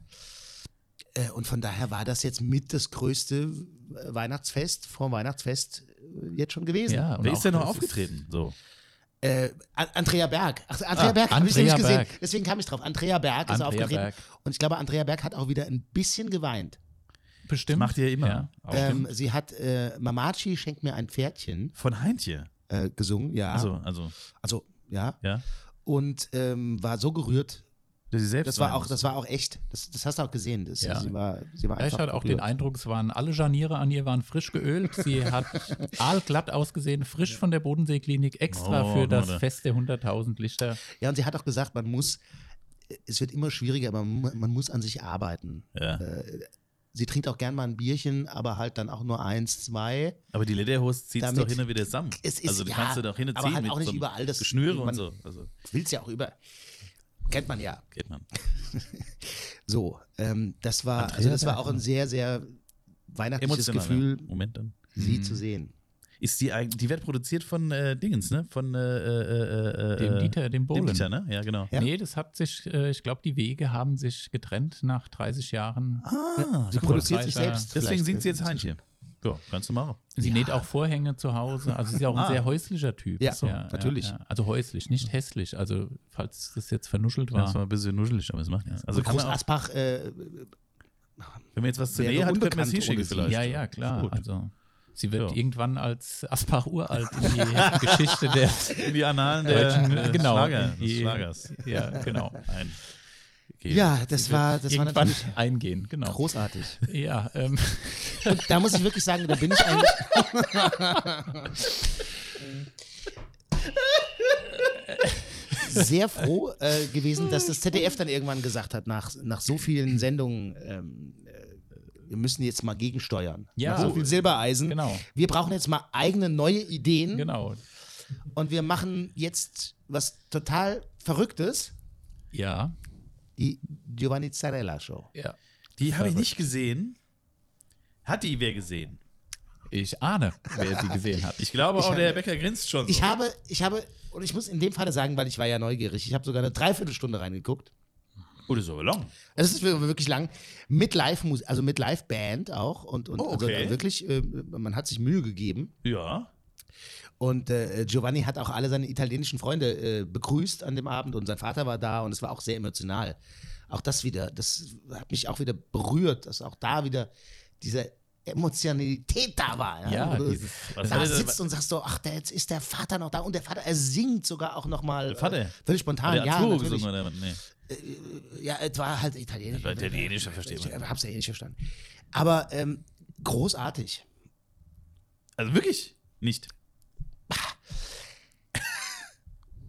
Äh, Und von daher war das jetzt mit das größte äh, Weihnachtsfest vor Weihnachtsfest äh, jetzt schon gewesen.
Ja, und
Wer
auch
ist denn noch
das
aufgetreten? So.
Äh, An- Andrea Berg. Ach, Andrea
Ah,
Berg habe ich nämlich
Andrea
gesehen.
Berg.
Deswegen kam ich drauf. Andrea Berg ist
Andrea
aufgetreten.
Berg.
Und ich glaube, Andrea Berg hat auch wieder ein bisschen geweint.
Bestimmt.
Macht ihr immer.
Ja.
Auch
Ähm, sie hat äh, Mamachi schenkt mir ein Pferdchen
Von Heintje.
äh, gesungen,
Ah.
ja.
Also, also,
also ja.
ja.
Und ähm, war so gerührt.
Dass sie selbst
Das war
waren.
auch, das war auch echt. Das, das hast du auch gesehen. Das,
Ja.
Sie war, sie war
Ja, ich
einfach
hatte auch den
gerührt.
Eindruck, es waren alle Scharniere an ihr waren frisch geölt. Sie
<laughs>
hat aalglatt ausgesehen, frisch von der Bodenseeklinik, extra
Oh,
für das
Leute.
Fest der 100.000 Lichter.
Ja, und sie hat auch gesagt, man muss, äh, es wird immer schwieriger, aber man, mu- man muss an sich arbeiten.
Ja.
äh, Sie trinkt auch gern mal ein Bierchen, aber halt dann auch nur eins, zwei.
Aber die Lederhose ziehst du
Damit-
doch hin und wieder zusammen.
Es ist-
also, du
ja,
kannst du doch hin und
aber
ziehen
halt
mit
auch nicht
so einem
überall, das-
Geschnüre und
man-
so. Also,
Will's ja auch über. Kennt man ja.
geht man.
So, ähm, das war, also das war auch ein sehr, sehr weihnachtliches
Emotional.
Gefühl,
Moment dann.
sie zu sehen.
Ist die eigentlich, die wird produziert von äh, Dingens, ne? Von äh, äh, äh, äh,
Dem
äh,
Dieter, dem
Dem
Bohlen.
Dieter, ne? Ja, genau.
Ja.
Nee, das hat sich, äh, ich glaube, die Wege haben sich getrennt nach 30 Jahren.
Ah,
Sie produziert sich selbst.
Deswegen
vielleicht.
singt sie jetzt Heintje. Ja, Ah. kannst du machen.
Sie näht auch Vorhänge zu Hause. Also sie ist auch ein sehr häuslicher Typ.
Ja, natürlich.
Also häuslich, nicht hässlich. Also falls das jetzt vernuschelt
Das war
war.
ein bisschen nuschelig, aber es macht nichts. Also,
Also
kann
Groß
man auch,
Asbach, äh,
wenn man jetzt was zur
wäre
Nähe hat, könnte man
unbekannt
es hinschicken
ohne sie.
vielleicht.
Ja, ja, klar.
Gut.
Also sie wird
Ja.
irgendwann als Aspach uralt in die
<laughs>
Geschichte der
In die Annalen der äh,
genau,
Schlager,
in
des
die-
Schlagers.
Ja, genau.
<laughs> Ein. Okay.
ja, das war, das war
Irgendwann
natürlich
eingehen, genau.
großartig.
Ja, ähm, <laughs>
Und da muss ich wirklich sagen, da bin ich eigentlich. sehr froh äh, gewesen, dass das ZDF dann irgendwann gesagt hat, nach, nach so vielen Sendungen, ähm, äh, wir müssen jetzt mal gegensteuern.
Ja.
Nach so viel Silbereisen.
Genau.
Wir brauchen jetzt mal eigene neue Ideen
genau.
und wir machen jetzt was total Verrücktes,
Ja,
die Giovanni Zarella Show.
ja.
Die habe ich nicht gesehen. Hat die wer gesehen?
Ich ahne, wer sie gesehen hat.
Ich glaube auch, der Herr Becker grinst schon.
Ich
so.
habe, ich habe, und ich muss in dem Falle sagen, weil ich war ja neugierig, ich habe sogar eine Dreiviertelstunde reingeguckt.
Oh, das ist aber lang.
Es ist wirklich lang. Mit Live-Musik, also mit Live-Band auch. Und, und
Oh, okay.
also wirklich, äh, man hat sich Mühe gegeben.
Ja.
Und äh, Giovanni hat auch alle seine italienischen Freunde äh, begrüßt an dem Abend und sein Vater war da und es war auch sehr emotional. Auch das wieder, das hat mich auch wieder berührt, dass auch da wieder diese Emotionalität da war.
Ja,
Wo du
dieses-
was
da
hat er-
sitzt und sagst so, ach, der, jetzt ist der Vater noch da und der Vater, er singt sogar auch nochmal.
Der Vater?
Äh, völlig
Hat
spontan,
der
ja.
Arturo
natürlich.
gesungen oder was? Nee.
Ja, es war halt italienisch.
Das war italienisch, das versteht
Ich
man.
hab's ja eh nicht verstanden. Aber ähm, großartig.
Also wirklich
<laughs>
nicht.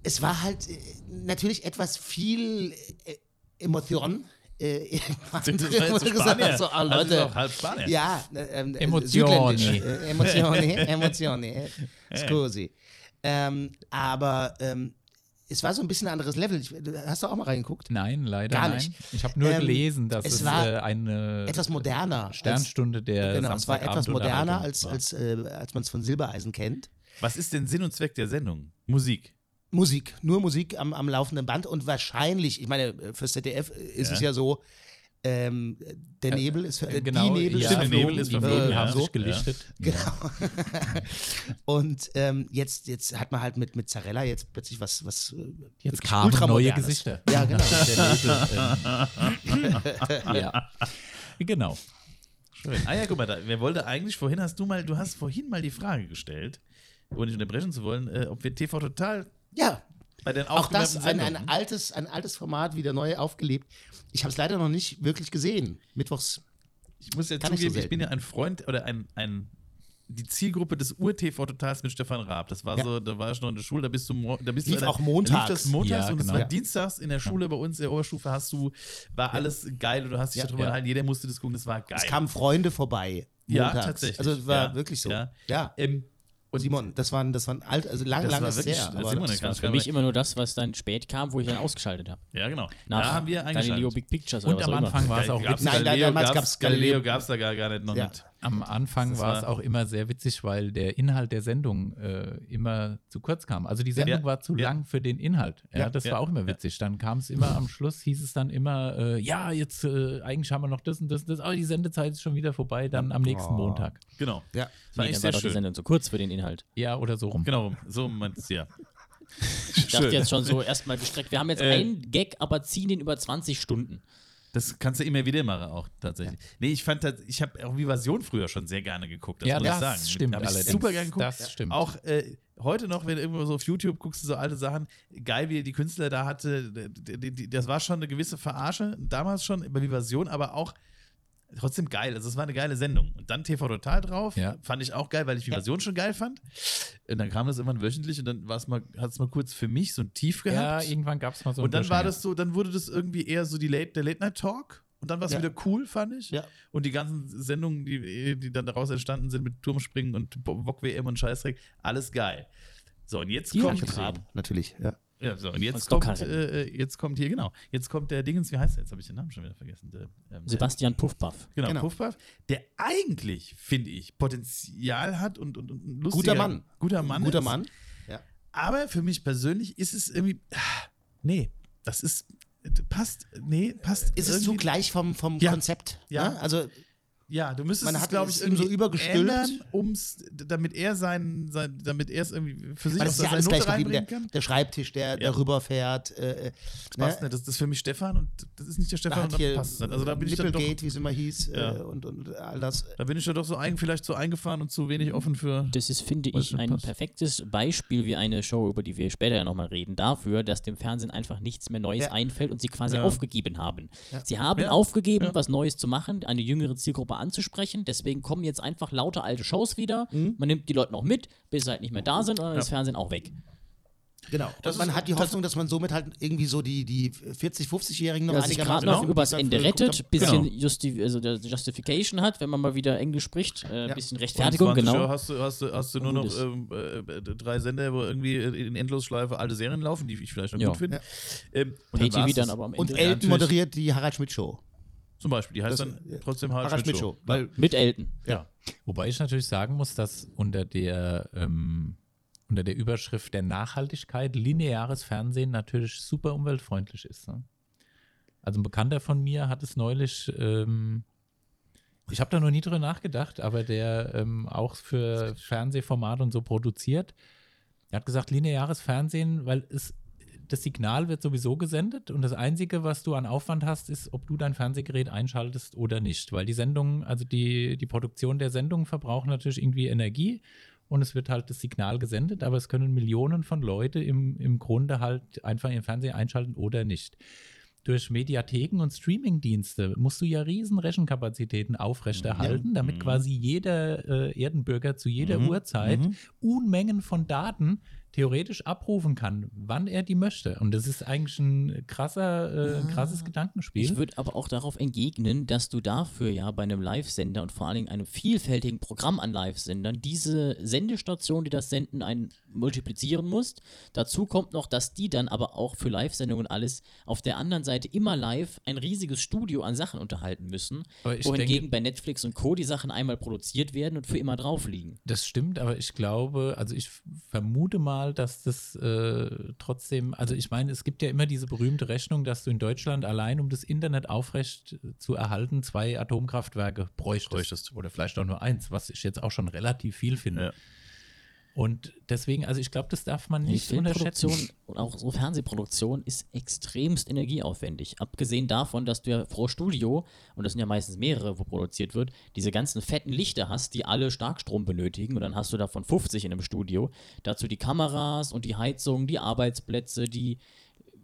Es war halt äh, natürlich etwas viel äh, Emotion. Äh, irgendwann
Das war
drin, wo <laughs>
jetzt
du gesagt
Spanier.
hast, so, ah,
Also ist
Leute.
auch halb Spanier.
ja, äh, ähm, äh,
Emotioni.
südländisch. Äh, Emotioni, Emotioni. Scusi. Ähm, aber ähm, es war so ein bisschen ein anderes Level. Ich, du hast du auch mal reingeguckt?
Nein, leider
Gar
nein.
nicht.
Ich habe nur
Ähm,
gelesen, dass
es
es,
war
äh, eine
Etwas moderner. als-
Sternstunde
äh,
der
Genau, es war etwas moderner,
Samstagabendunterhaltung
als,
war.
als, äh, als man es von Silbereisen kennt.
Was ist denn Sinn und Zweck der Sendung? Musik.
Musik, nur Musik am, am laufenden Band und wahrscheinlich, ich meine, äh, fürs ZDF ist
Ja.
es ja so, ähm, der Nebel ist, äh,
genau,
die Nebel ist
ja.
der
Stimmt,
Nebel
verflogen, Äh,
ist
die
verflogen,
Möwen
ja.
haben so.
Sich
gelichtet.
Genau. und ähm, jetzt, jetzt hat man halt mit, mit Zarella jetzt plötzlich was, was äh,
Jetzt
wirklich
kamen neue
ultramodernes.
Gesichter.
Ja,
<laughs>
genau.
äh.
ja.
Genau.
Schön. Ah ja, guck mal, da, wer wollte eigentlich vorhin hast du mal, du hast vorhin mal die Frage gestellt, ohne dich unterbrechen zu wollen, äh, ob wir TV total
ja,
bei den
auch das, ein,
Sendungen-
ein, altes, ein altes Format, wieder neu aufgelebt. Ich habe es leider noch nicht wirklich gesehen. Mittwochs.
Ich muss ja
Kann ich so
zugeben, ich
selten.
bin ja ein Freund oder ein, ein die Zielgruppe des Ur-TV-Totals mit Stefan Raab. Das war
Ja.
so, da war ich noch in der Schule, da bist du, mor- da bist
Lief
du
auch montags.
Lief das montags
Ja,
und es
genau.
war
Ja.
dienstags in der Schule bei uns in der Oberstufe hast du, war alles geil und du hast dich
Ja,
darüber
ja.
unterhalten, jeder musste das gucken, das war geil.
Es kamen Freunde vorbei.
Ja,
montags.
tatsächlich.
Also es war
Ja,
wirklich so.
ja.
Ja.
ähm,
Und Simon, das waren, das waren alt, also lang,
das
lang
war
ist
wirklich,
her.
das
Aber
Simon,
das,
das war
Für mich immer nur das, was dann spät kam, wo ich dann ausgeschaltet habe.
Ja, genau.
Nach
da haben wir
Galileo
eingeschaltet.
Big Pictures
Und
oder was
am
auch immer.
Anfang war es auch
gab's
witzig.
Nein, da- damals gab's
Galileo
Galileo.
gab es da gar, gar nicht noch
Ja.
nicht.
Am Anfang
Das
war es
war-
auch immer sehr witzig, weil der Inhalt der Sendung äh, immer zu kurz kam. Also die Sendung
Ja.
war zu
Ja.
lang für den Inhalt. Ja,
Ja.
das
Ja.
war auch immer
Ja.
witzig. Dann kam es immer am Schluss, hieß es dann immer, äh, ja, jetzt äh, eigentlich haben wir noch das und das und das, aber die Sendezeit ist schon wieder vorbei, dann am nächsten
Oh.
Montag.
Genau.
ja.
Das war
Nee,
echt
dann war
sehr
doch die
schön.
Sendung zu kurz für den
<laughs>
Inhalt.
Ja, oder so rum.
Genau, so meint es ja.
Ich dachte jetzt schon so erstmal gestreckt. Wir haben jetzt
Äh.
einen Gag, aber ziehen den über 20 Stunden.
Das kannst du immer wieder machen, auch tatsächlich. Nee, ich fand, das- ich habe auch Vivasion früher schon sehr gerne geguckt. Das
Ja,
muss ich
das
sagen.
stimmt
Hab ich
allerdings.
super gerne geguckt.
Das stimmt.
Auch äh, heute noch, wenn du irgendwo so auf YouTube guckst, du so alte Sachen, geil, wie die Künstler da hatte. die- die- die- Das war schon eine gewisse Verarsche, damals schon bei Vivasion, aber auch trotzdem geil. Also, es war eine geile Sendung. Und dann TV Total drauf.
Ja.
Fand ich auch geil, weil ich Vivasion schon geil fand. Und dann kam das irgendwann wöchentlich und dann hat es mal kurz für mich so ein Tief
Ja,
gehabt.
irgendwann gab es mal so einen
Und dann war
Durchhänger.
das so, dann wurde das irgendwie eher so die Late, der Late Night Talk. Und dann war es
Ja.
wieder cool, fand ich.
Ja.
Und die ganzen Sendungen, die, die dann daraus entstanden sind mit Turmspringen und Bock WM und Scheißdreck, alles geil. So, und jetzt
Die hab ich
kommt.
gesehen.
natürlich. Ja.
Ja, so, und
Und
jetzt
Stock
kommt,
hat-
äh, jetzt kommt hier, genau. Jetzt kommt der Dingens, wie heißt der? Jetzt habe ich den Namen schon wieder vergessen. Der, ähm, der-
Sebastian Puffbuff.
Genau,
Genau.
Puffpuff, der eigentlich, finde ich, Potenzial hat und, und, und ein lustiger,
Guter Mann.
Guter Mann.
Guter
ist.
Mann.
Aber für mich persönlich ist es irgendwie. ah, Nee, das ist. Passt. Nee, passt.
Ist es
irgendwie-
zu gleich vom, vom
Ja.
Konzept?
Ja.
ne? Also
Ja, du müsstest
Man
es,
hat
glaube
es
ich,
ihm so
irgendwie
übergestülpt.
ändern, um's, damit er sein, sein damit er es irgendwie für sich
weil das
aus
ist ja
seiner
alles
Note
gleich geblieben. Der,
reinbringen kann.
der Schreibtisch, der
Ja.
darüber fährt. Äh, äh,
Passt
ne?
nicht. Das, das ist für mich Stefan und das ist nicht der
Da
Stefan
hat
und dann
hier
passt es nicht. Also da bin ich dann doch,
Nippelgate, wie es immer hieß,
Ja.
äh, und, und all das.
da bin ich dann doch so ein, vielleicht zu eingefahren und zu
Mhm.
wenig offen für.
Das ist, finde ich,
schon
ein
passt.
perfektes Beispiel wie eine Show, über die wir später ja nochmal reden, dafür, dass dem Fernsehen einfach nichts mehr Neues
Ja.
einfällt und sie quasi
Ja.
aufgegeben haben. Sie haben
Ja.
aufgegeben,
Ja.
was Neues zu machen, eine jüngere Zielgruppe anzusprechen, deswegen kommen jetzt einfach lauter alte Shows wieder.
Mhm.
Man nimmt die Leute noch mit, bis sie halt nicht mehr da sind und dann ist Fernsehen auch weg.
Genau.
Das
und man
ist-
hat die Hoffnung, dass man somit halt irgendwie so die, die 40-, 50-Jährigen noch
Dass sich gerade
einigermaßen
noch
genau,
übers
das
Ende
hab ich geguckt
rettet,
hab.
bisschen
Genau.
Justi also der Justification hat, wenn man mal wieder Englisch spricht, äh,
Ja.
bisschen
Und
Rechtfertigung,
20 Uhr
genau.
Hast du, hast du, hast du nur noch
Gutes.
ähm, äh, drei Sender, wo irgendwie in Endlosschleife alte Serien laufen, die ich vielleicht noch
Ja.
gut finde. Ähm, und
Pay TV
war's
E dann
das.
aber am
Und
Ende.
Elton
natürlich-
moderiert die Harald Schmidt-Show.
Zum Beispiel, die heißt
Das-
dann trotzdem Harald Schmidt Show.
Weil
mit Elton.
Ja.
Wobei ich natürlich sagen muss, dass unter der, ähm, unter der Überschrift der Nachhaltigkeit lineares Fernsehen natürlich super umweltfreundlich ist. Ne? Also ein Bekannter von mir hat es neulich, ähm, ich habe da noch nie drüber nachgedacht, aber der ähm, auch für Fernsehformate und so produziert, er hat gesagt, lineares Fernsehen, weil es das Signal wird sowieso gesendet und das Einzige, was du an Aufwand hast, ist, ob du dein Fernsehgerät einschaltest oder nicht. Weil die Sendungen, also die, die Produktion der Sendungen verbraucht natürlich irgendwie Energie und es wird halt das Signal gesendet, aber es können Millionen von Leute im, im Grunde halt einfach ihren Fernseher einschalten oder nicht. Durch Mediatheken und Streamingdienste musst du ja riesen Rechenkapazitäten aufrechterhalten, damit quasi jeder äh, Erdenbürger zu jeder Uhrzeit Unmengen von Daten theoretisch abrufen kann, wann er die möchte. Und das ist eigentlich ein krasser, äh, krasses Gedankenspiel.
Ich würde aber auch darauf entgegnen, dass du dafür ja bei einem Live-Sender und vor allen Dingen einem vielfältigen Programm an Live-Sendern diese Sendestation, die das Senden ein multiplizieren musst. Dazu kommt noch, dass die dann aber auch für Live-Sendungen alles auf der anderen Seite immer live ein riesiges Studio an Sachen unterhalten müssen,
Aber ich
wohingegen
denke-
bei Netflix und Co. die Sachen einmal produziert werden und für immer drauf liegen.
Das stimmt, aber ich glaube, also ich vermute mal, mal, dass das äh, trotzdem, also ich meine, es gibt ja immer diese berühmte Rechnung, dass du in Deutschland allein, um das Internet aufrecht äh, zu erhalten, zwei Atomkraftwerke bräuchtest.
Bräuchtest.
Oder vielleicht auch nur eins, was ich jetzt auch schon relativ viel finde.
Ja.
Und deswegen, also ich glaube, das darf man
Die
nicht unterschätzen.
Filmproduktion und auch so Fernsehproduktion ist extremst energieaufwendig. Abgesehen davon, dass du ja pro Studio, und das sind ja meistens mehrere, wo produziert wird, diese ganzen fetten Lichter hast, die alle Starkstrom benötigen. Und dann hast du davon 50 in einem Studio. Dazu die Kameras und die Heizung, die Arbeitsplätze, die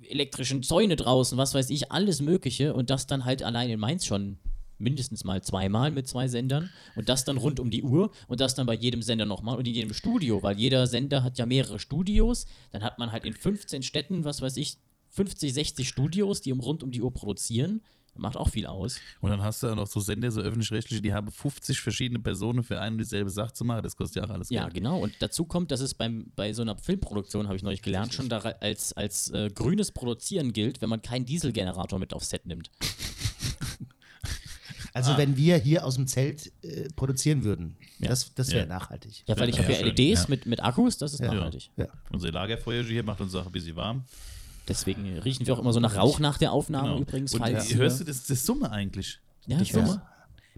elektrischen Zäune draußen, was weiß ich, alles Mögliche. Und das dann halt allein in Mainz schon mindestens mal zweimal mit zwei Sendern und das dann rund um die Uhr und das dann bei jedem Sender nochmal und in jedem Studio, weil jeder Sender hat ja mehrere Studios, dann hat man halt in 15 Städten, was weiß ich, 50, 60 Studios, die um rund um die Uhr produzieren. Macht auch viel aus.
Und dann hast du ja noch so Sender, so öffentlich-rechtliche, die haben 50 verschiedene Personen für eine und dieselbe Sache zu machen. Das kostet ja auch alles
Ja,
Geld.
genau. Und dazu kommt, dass es beim, bei so einer Filmproduktion, habe ich neulich gelernt, schon da als, als äh, grünes Produzieren gilt, wenn man keinen Dieselgenerator mit aufs Set nimmt.
Also wenn wir hier aus dem Zelt äh, produzieren würden, das, das wäre
Ah. Ja.
nachhaltig.
Ja, weil ich
Ja,
habe ja,
schön.
LEDs
Ja.
mit, mit Akkus, das ist nachhaltig.
Ja.
Unser Lagerfeuer hier macht uns auch ein bisschen warm.
Deswegen riechen wir auch immer so nach Rauch nach der Aufnahme übrigens. ne?
Und
falls
äh, hörst du das, das Summe eigentlich?
Ja,
die
ich hör's.
Summe?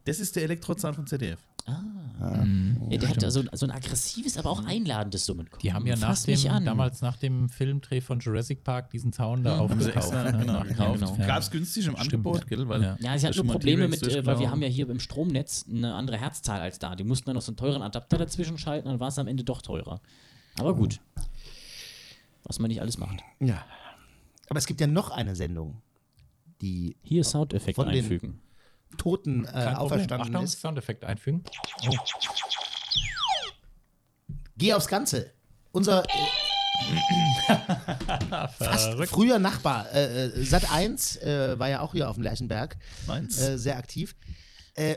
Das ist der Elektrozahn von ZDF.
Ja, der hat so, ein- so ein aggressives, aber auch einladendes Summen.
Die haben ja nach
Fass
dem,
mich an.
damals nach dem Filmdreh von Jurassic Park diesen Zaun da
Haben sie
aufgekauft.
extra
ne?
genau, gekauft.
genau.
Gab es günstig im
Stimmt.
Angebot, gell? Weil
Ja.
Ja, sie hatten
schon
nur
mal
Probleme mit,
T-Rex
äh, weil wir
durchgelaufen.
haben ja hier im Stromnetz eine andere Herzzahl als da. Die mussten dann noch so einen teuren Adapter dazwischen schalten, dann war es am Ende doch teurer. Aber gut. Was man nicht alles macht.
Ja. Aber es gibt ja noch eine Sendung, die
Hier Soundeffekt
Von den-
einfügen.
Toten äh,
Kein Problem.
auferstanden
Achtung,
ist.
Soundeffekt einfügen.
Geh aufs Ganze. Unser äh,
<laughs>
fast früher Nachbar, äh, äh, Sat 1, äh, war ja auch hier auf dem Lerchenberg
Meins.
äh, sehr aktiv, äh,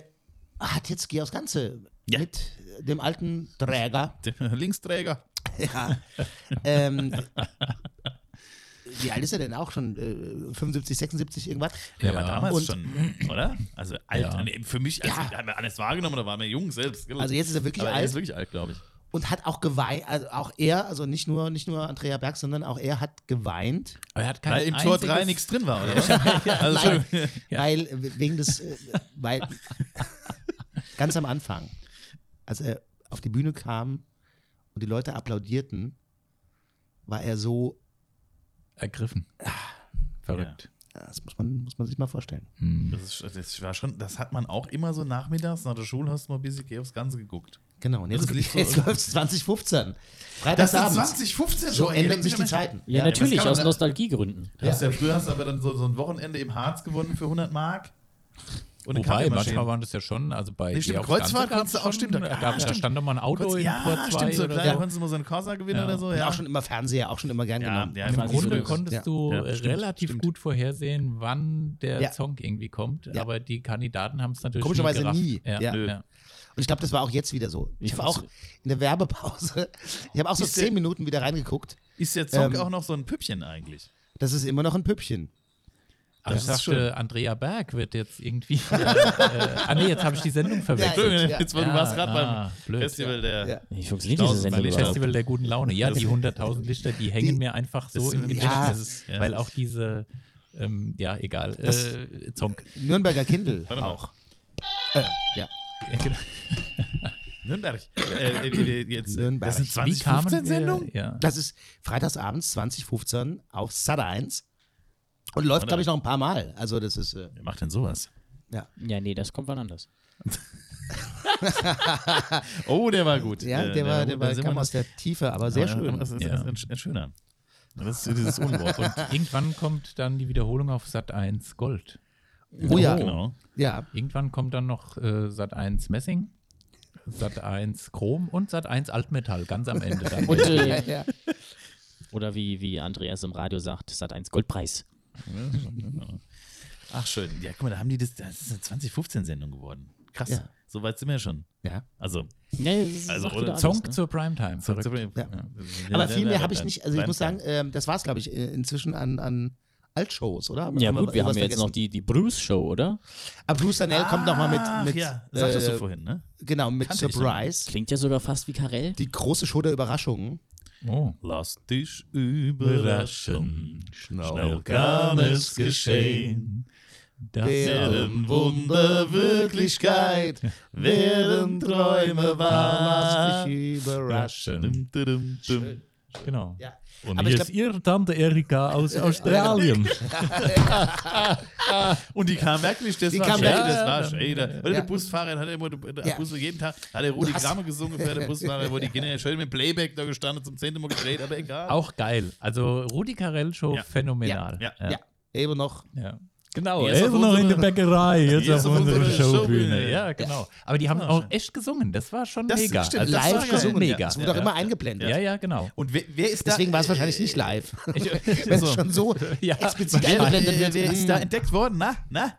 hat jetzt Geh aufs Ganze
Ja.
mit dem alten Träger.
Der <laughs> Linksträger.
Ja. ähm, wie alt ist er denn auch schon? Äh, 75, 76, irgendwas?
Der war damals
Und-
schon, oder? Also alt.
Ja.
Nee, Für mich, also,
Ja.
haben wir alles wahrgenommen, da waren wir jung selbst. Gell?
Also jetzt ist er wirklich
Aber
alt.
Er ist wirklich alt, glaube ich.
und hat auch geweint, also auch er, also nicht nur, nicht nur Andrea Berg, sondern auch er hat geweint,
Aber er hat kein
Weil im Tor
einziges-
3 nichts drin war, oder?
<laughs>
also, <laughs>
weil äh, wegen des, äh, weil <laughs> ganz am Anfang, als er auf die Bühne kam und die Leute applaudierten, war er so,
ergriffen.
Ah,
Verrückt. Hm.
ja, das muss man, muss man sich mal vorstellen.
das, ist, das war schon, das hat man auch immer so nachmittags nach der Schule hast du mal ein bisschen geh aufs Ganze geguckt.
Genau, und
Das
jetzt,
lief
<laughs>
so
jetzt
irgendwie.
läuft 2015.
Das sind
Freitagsabend.
2015
So
schon,
ändern
ey,
sich die
das kann man-
Zeiten.
Ja,
Ja,
natürlich,
das kann man
aus
da-
Nostalgiegründen.
Du hast ja früher hast du aber dann so, so ein Wochenende im Harz gewonnen für 100 Mark. Und eine
Wobei,
Kaffeemaschine.
manchmal waren das ja schon, also bei
Nee, stimmt,
Geh aufs
Kreuzfahrt
Ganze gab's
konntest du auch,
schon,
stimmt, da-
Da,
ah,
da
stimmt.
stand doch mal ein Auto in Tor
Ja,
2
stimmt, so
oder
klar, da
so.
konntest du mal so einen Corsa gewinnen
Ja.
oder so.
Und
Ja,
auch schon immer Fernseher, auch schon immer gern
ja,
genommen.
ja,
Im
ja,
Im
quasi
Grunde
so-
konntest
ja.
du
Also Ja,
äh,
stimmt,
relativ
stimmt.
gut vorhersehen, wann der
Ja.
Song irgendwie kommt,
Ja.
aber die Kandidaten haben es natürlich
Komischerweise
gerafft.
nie. Ja.
Ja, ja.
Nö.
Und ich glaube, das war auch jetzt wieder so. Ich
Ja,
war auch
das-
in der Werbepause. Ich habe auch so
Ist der-
zehn Minuten wieder reingeguckt.
Ist der Zock
Ähm,
auch noch so ein Püppchen eigentlich?
Das ist immer noch ein Püppchen.
Aber ich
Das ist
dachte, Andrea Berg wird jetzt irgendwie. <laughs> äh, ah, nee, jetzt habe ich die Sendung verwechselt.
Ja, ja.
Jetzt, weil du
Ja,
warst gerade
ah,
beim
blöd.
Festival der.
Ja.
Wie funktioniert diese
Stausee,
Sendung
weil ich
überhaupt?
Festival der guten Laune. Ja, die 100.000 Lichter, die hängen
Die-
mir einfach so
Das-
im Gedächtnis.
ja.
Das ist-
Ja.
Weil auch diese, ähm, ja, egal, äh, Zonk.
Nürnberger Kindl
Warte mal.
auch. Äh, ja.
Nürnberg. Äh, äh, äh, jetzt,
Nürnberg.
Das ist eine
Wie kamen wir-
2015-Sendung?
Ja.
Das ist freitagsabends 2015 auf Sat 1 und läuft,
Warte.
glaube ich, noch ein paar Mal. Also das ist, äh,
Wer macht denn sowas?
ja.
Ja, nee, das kommt wann anders.
Oh, der war gut.
Ja,
Äh,
der war,
gut.
der
Dann
war,
sind wir
kam
noch-
aus der Tiefe, aber sehr
Ja,
schön.
Das ist,
Ja.
das ist ein, ein schöner. Das ist dieses Unwort. Und
Irgendwann kommt dann die Wiederholung auf Sat 1 Gold.
<laughs> Oh ja,
Genau.
ja.
Irgendwann kommt dann noch äh, Sat 1 Messing, Sat 1 Chrom und Sat 1 Altmetall, ganz am Ende. Dann
Und,
ja,
äh,
ja.
oder wie, wie Andreas im Radio sagt, es hat eins Goldpreis.
Ach, schön. Ja, guck mal, da haben die das. Das ist eine 2015-Sendung geworden. Krass.
Ja.
So weit sind wir schon.
ja.
Also,
Nee, das
Also,
macht
oder
wieder alles,
Zonk
ne?
zur Primetime. Verrückt.
Ja. Aber viel mehr
Äh,
habe ich nicht. Also ich muss sagen, ähm, das war es, glaube ich, äh, inzwischen an, an Altshows, oder?
Ja
Haben
gut, wir haben
was
ja jetzt
vergessen?
noch die, die Bruce-Show, oder?
Aber Bruce Danell äh, kommt nochmal mit, mit
ja, sagtest
äh,
du vorhin, ne?
genau, mit
Kannte ich noch
Surprise.
Klingt ja sogar fast wie Karel.
Die große Show der Überraschungen.
Oh.
Lass dich überraschen, schnell kann es geschehen.
Das
Werden Wunder Wirklichkeit, werden Träume
Lass
wahr.
dich überraschen.
Dum, dum, dum.
genau.
Ja.
Und
Aber
hier
ich
ist Ihre Tante Erika aus Australien.
Und die kam wirklich, das
Die
war
kam
Schäder,
wirklich.
das war Schäder. Oder
Ja.
der Busfahrer hat immer, der
Ja.
Bus, jeden Tag, hat er Rudi
hast-
Kramer gesungen für
<laughs>
den Busfahrer, wo die Kinder schön mit Playback da gestanden zum zehnten Mal gedreht, aber egal.
Auch geil. Also Rudi Carell Show,
Ja.
phänomenal.
Ja.
Ja. Eben noch.
Ja. Genau,
Jetzt
jetzt
auf
noch in der
unsere-
Bäckerei, jetzt
Jetzt
auf
auf
unserer
unsere
Showbühne.
Showbühne.
Ja, genau. Aber die haben auch echt gesungen, das war schon
Das
mega.
stimmt,
Also,
das
live
war geil.
gesungen.
Mega.
Das wurde auch
Ja.
immer eingeblendet.
ja, ja, genau.
Und wer, wer ist da?
Deswegen war es
äh,
wahrscheinlich nicht
<laughs>
live.
<laughs>
Wenn
so.
es schon
<laughs>
so
Ja.
explizit
Wer,
eingeblendet
wer,
wird.
wer ist da
Mm.
entdeckt worden? Na, na?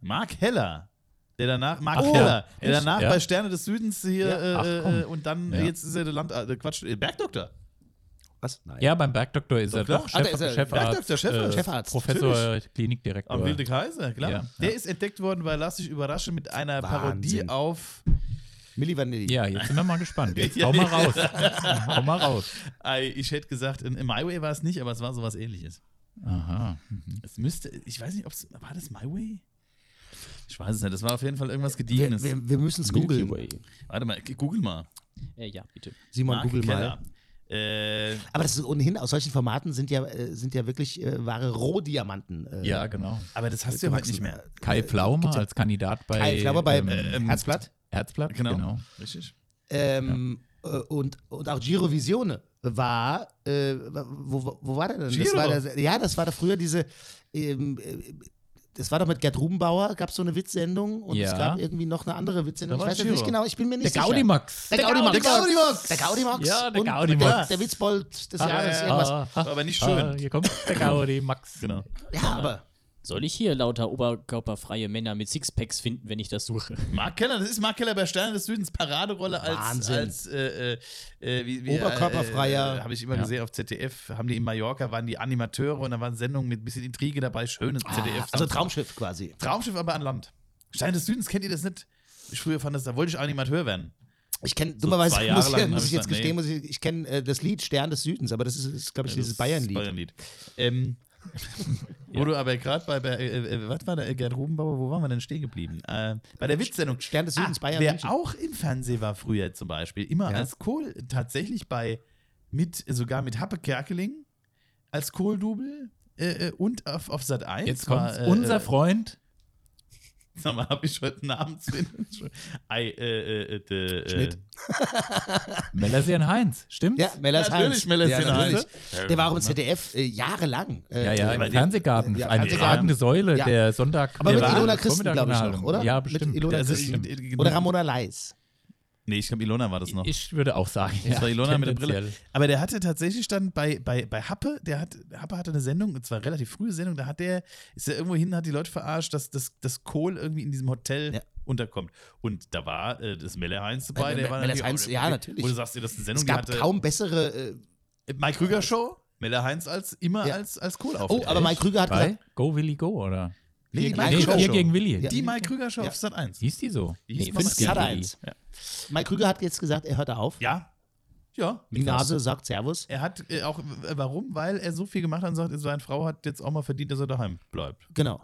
Mark Heller. Der danach, Mark
Oh,
Heller, der
echt?
danach
Ja.
bei Sterne des Südens hier,
Ja. Ach,
äh,
komm.
äh, und dann,
Ja.
jetzt ist er der Land, äh, Quatsch, äh, Bergdoktor.
Was? Nein.
Ja, beim Bergdoktor ist er
klar.
doch
Ah, da
Chef,
ist er.
Chefarzt, äh,
Bergdoktor, Chefarzt.
Chefarzt,
Professor, Klinikdirektor.
Am Wilde Kaiser, klar.
Ja.
Der ist entdeckt worden bei Lass dich überraschen mit einer
Wahnsinn.
Parodie auf
Milli Vanilli.
Ja, jetzt sind wir mal gespannt. Jetzt
Ja,
hau mal
ja.
raus. hau mal raus.
Ei, Ich hätte gesagt, in, in My Way war es nicht, aber es war sowas ähnliches.
Aha.
Es müsste, ich weiß nicht, ob es, war das My Way? Ich weiß es nicht, das war auf jeden Fall irgendwas
Wir,
Gediegenes.
wir, wir müssen es
Milky
googeln.
Way.
Warte mal, g- google mal.
Äh, ja, bitte.
Simon,
Mark
google mal.
Keller. Äh,
Aber das ist ohnehin, aus solchen Formaten sind ja, äh, sind ja wirklich äh, wahre Rohdiamanten. Äh,
Ja, genau.
aber das hast äh, du ja heute nicht mehr.
Kai Pflaume als Kandidat bei
Kai Flauber beim
ähm,
Herzblatt.
Herzblatt.
Genau.
Genau.
Richtig.
Ähm, äh, und, und auch Girovisione war, äh, wo, wo- wo war der denn? Das
Giro.
war der, ja, das war da früher diese, ähm, äh, das war doch mit Gerd Rubenbauer, gab es so eine Witzsendung und
Ja.
es gab irgendwie noch eine andere Witzsendung.
Da
Ich
war
weiß jetzt nicht
Giro.
genau, ich bin mir
Der
nicht sicher.
Gaudimax.
Der Gaudimax.
Der Gaudimax.
Der Gaudimax.
Ja, der
Und
Gaudimax.
Der, der Witzbold des
Ah,
Jahres.
ja, ja.
irgendwas.
Ah, ah,
War aber nicht
ah,
schön.
hier kommt der
<laughs>
Gaudimax.
Genau.
Ja, aber
Ah.
Soll ich hier lauter oberkörperfreie Männer mit Sixpacks finden, wenn ich das suche?
Mark Keller, das ist Mark Keller bei Sterne des Südens, Paraderolle als,
Wahnsinn.
als äh, äh, äh, wie, wie,
Oberkörperfreier.
Äh, Habe ich immer
Ja.
gesehen auf ZDF, haben die in Mallorca, waren die Animateure und da waren Sendungen mit ein bisschen Intrige dabei, schönes ZDF.
also
Samstag.
Traumschiff quasi.
Traumschiff aber an Land. Stein des Südens, kennt ihr das nicht? Ich früher fand das, da wollte ich Animateur werden.
Ich kenne, dummerweise
zwei Jahre
muss, ich-
lang hab
muss
ich
ich jetzt
gesagt, nee.
gestehen, muss ich, ich kenne äh, das Lied Stern des Südens, aber das ist, ist glaube ich, dieses Bayernlied.
Bayernlied.
<laughs>
Ähm, Wo du aber gerade bei, bei äh, äh, was war da, äh, Gerd Rubenbauer, wo waren wir denn stehen geblieben? Äh, bei der Witzsendung.
Stern des Südens, Bayern
Ah, Wer
München.
auch im Fernsehen war früher zum Beispiel, immer
Ja.
als Kohl, tatsächlich bei, mit, sogar mit Happe Kerkeling als Kohldubel äh, äh, und auf, auf Sat 1.
Jetzt kommt
äh,
unser
äh,
Freund.
<laughs> Sag mal, hab ich heute einen Namen zu
<laughs>
Ei, äh, äh, äh, de, äh,
Schnitt.
Melasien Heinz, stimmt?
Ja, Mellers
Natürlich,
Heinz.
Mellers
ja,
Heinz.
natürlich. Der war auch im ZDF äh, jahrelang. Äh,
Ja, ja,
äh,
im Fernsehgarten.
Ja,
Eine
Fernsehgarten.
tragende Säule
Ja.
der Sonntag.
Aber mit
der
Ilona
Vormittag-
Christen, glaube ich, noch, oder?
Ja, bestimmt.
Mit Ilona
Also,
Christen.
äh,
Oder Ramona Leis.
Genau, Nee, ich glaube, Ilona war das noch.
Ich würde auch sagen.
Das war Ilona mit der
tendenziell.
Brille. Aber der hatte tatsächlich dann bei, bei, bei Happe, der hat, Happe hatte eine Sendung, und zwar relativ frühe Sendung, da hat der, ist er irgendwo hin, hat die Leute verarscht, dass, dass, dass Kohl irgendwie in diesem Hotel
Ja.
unterkommt. Und da war äh, das Melle Heinz dabei,
Äh,
der war
Melle
natürlich
Heinz,
auch-
ja, natürlich.
Wo du sagst, dir, das ist eine Sendung,
Es gab
die hatte
kaum bessere. Äh,
Mike Krüger Show, Melle Heinz als immer
Ja.
als, als Kohl auf.
oh, aber Mike Krüger hat
Bei
gesagt,
Go Willi Go, oder?
Nee,
Vier
die
gegen-
Mike
nee,
Krüger
vier
Show.
gegen Willi.
Ja.
Die Mike Krüger Show
Ja.
auf Sat 1.
Hieß die so?
Die hieß
Nee,
mal
fünf
Sat
Sat
gegen
1. Mike Krüger hat jetzt gesagt, er hört da auf.
Ja. Ja.
Die Nase sagt Servus.
Er hat äh, auch, äh, warum? Weil er so viel gemacht hat und sagt, seine Frau hat jetzt auch mal verdient, dass er daheim bleibt.
Genau.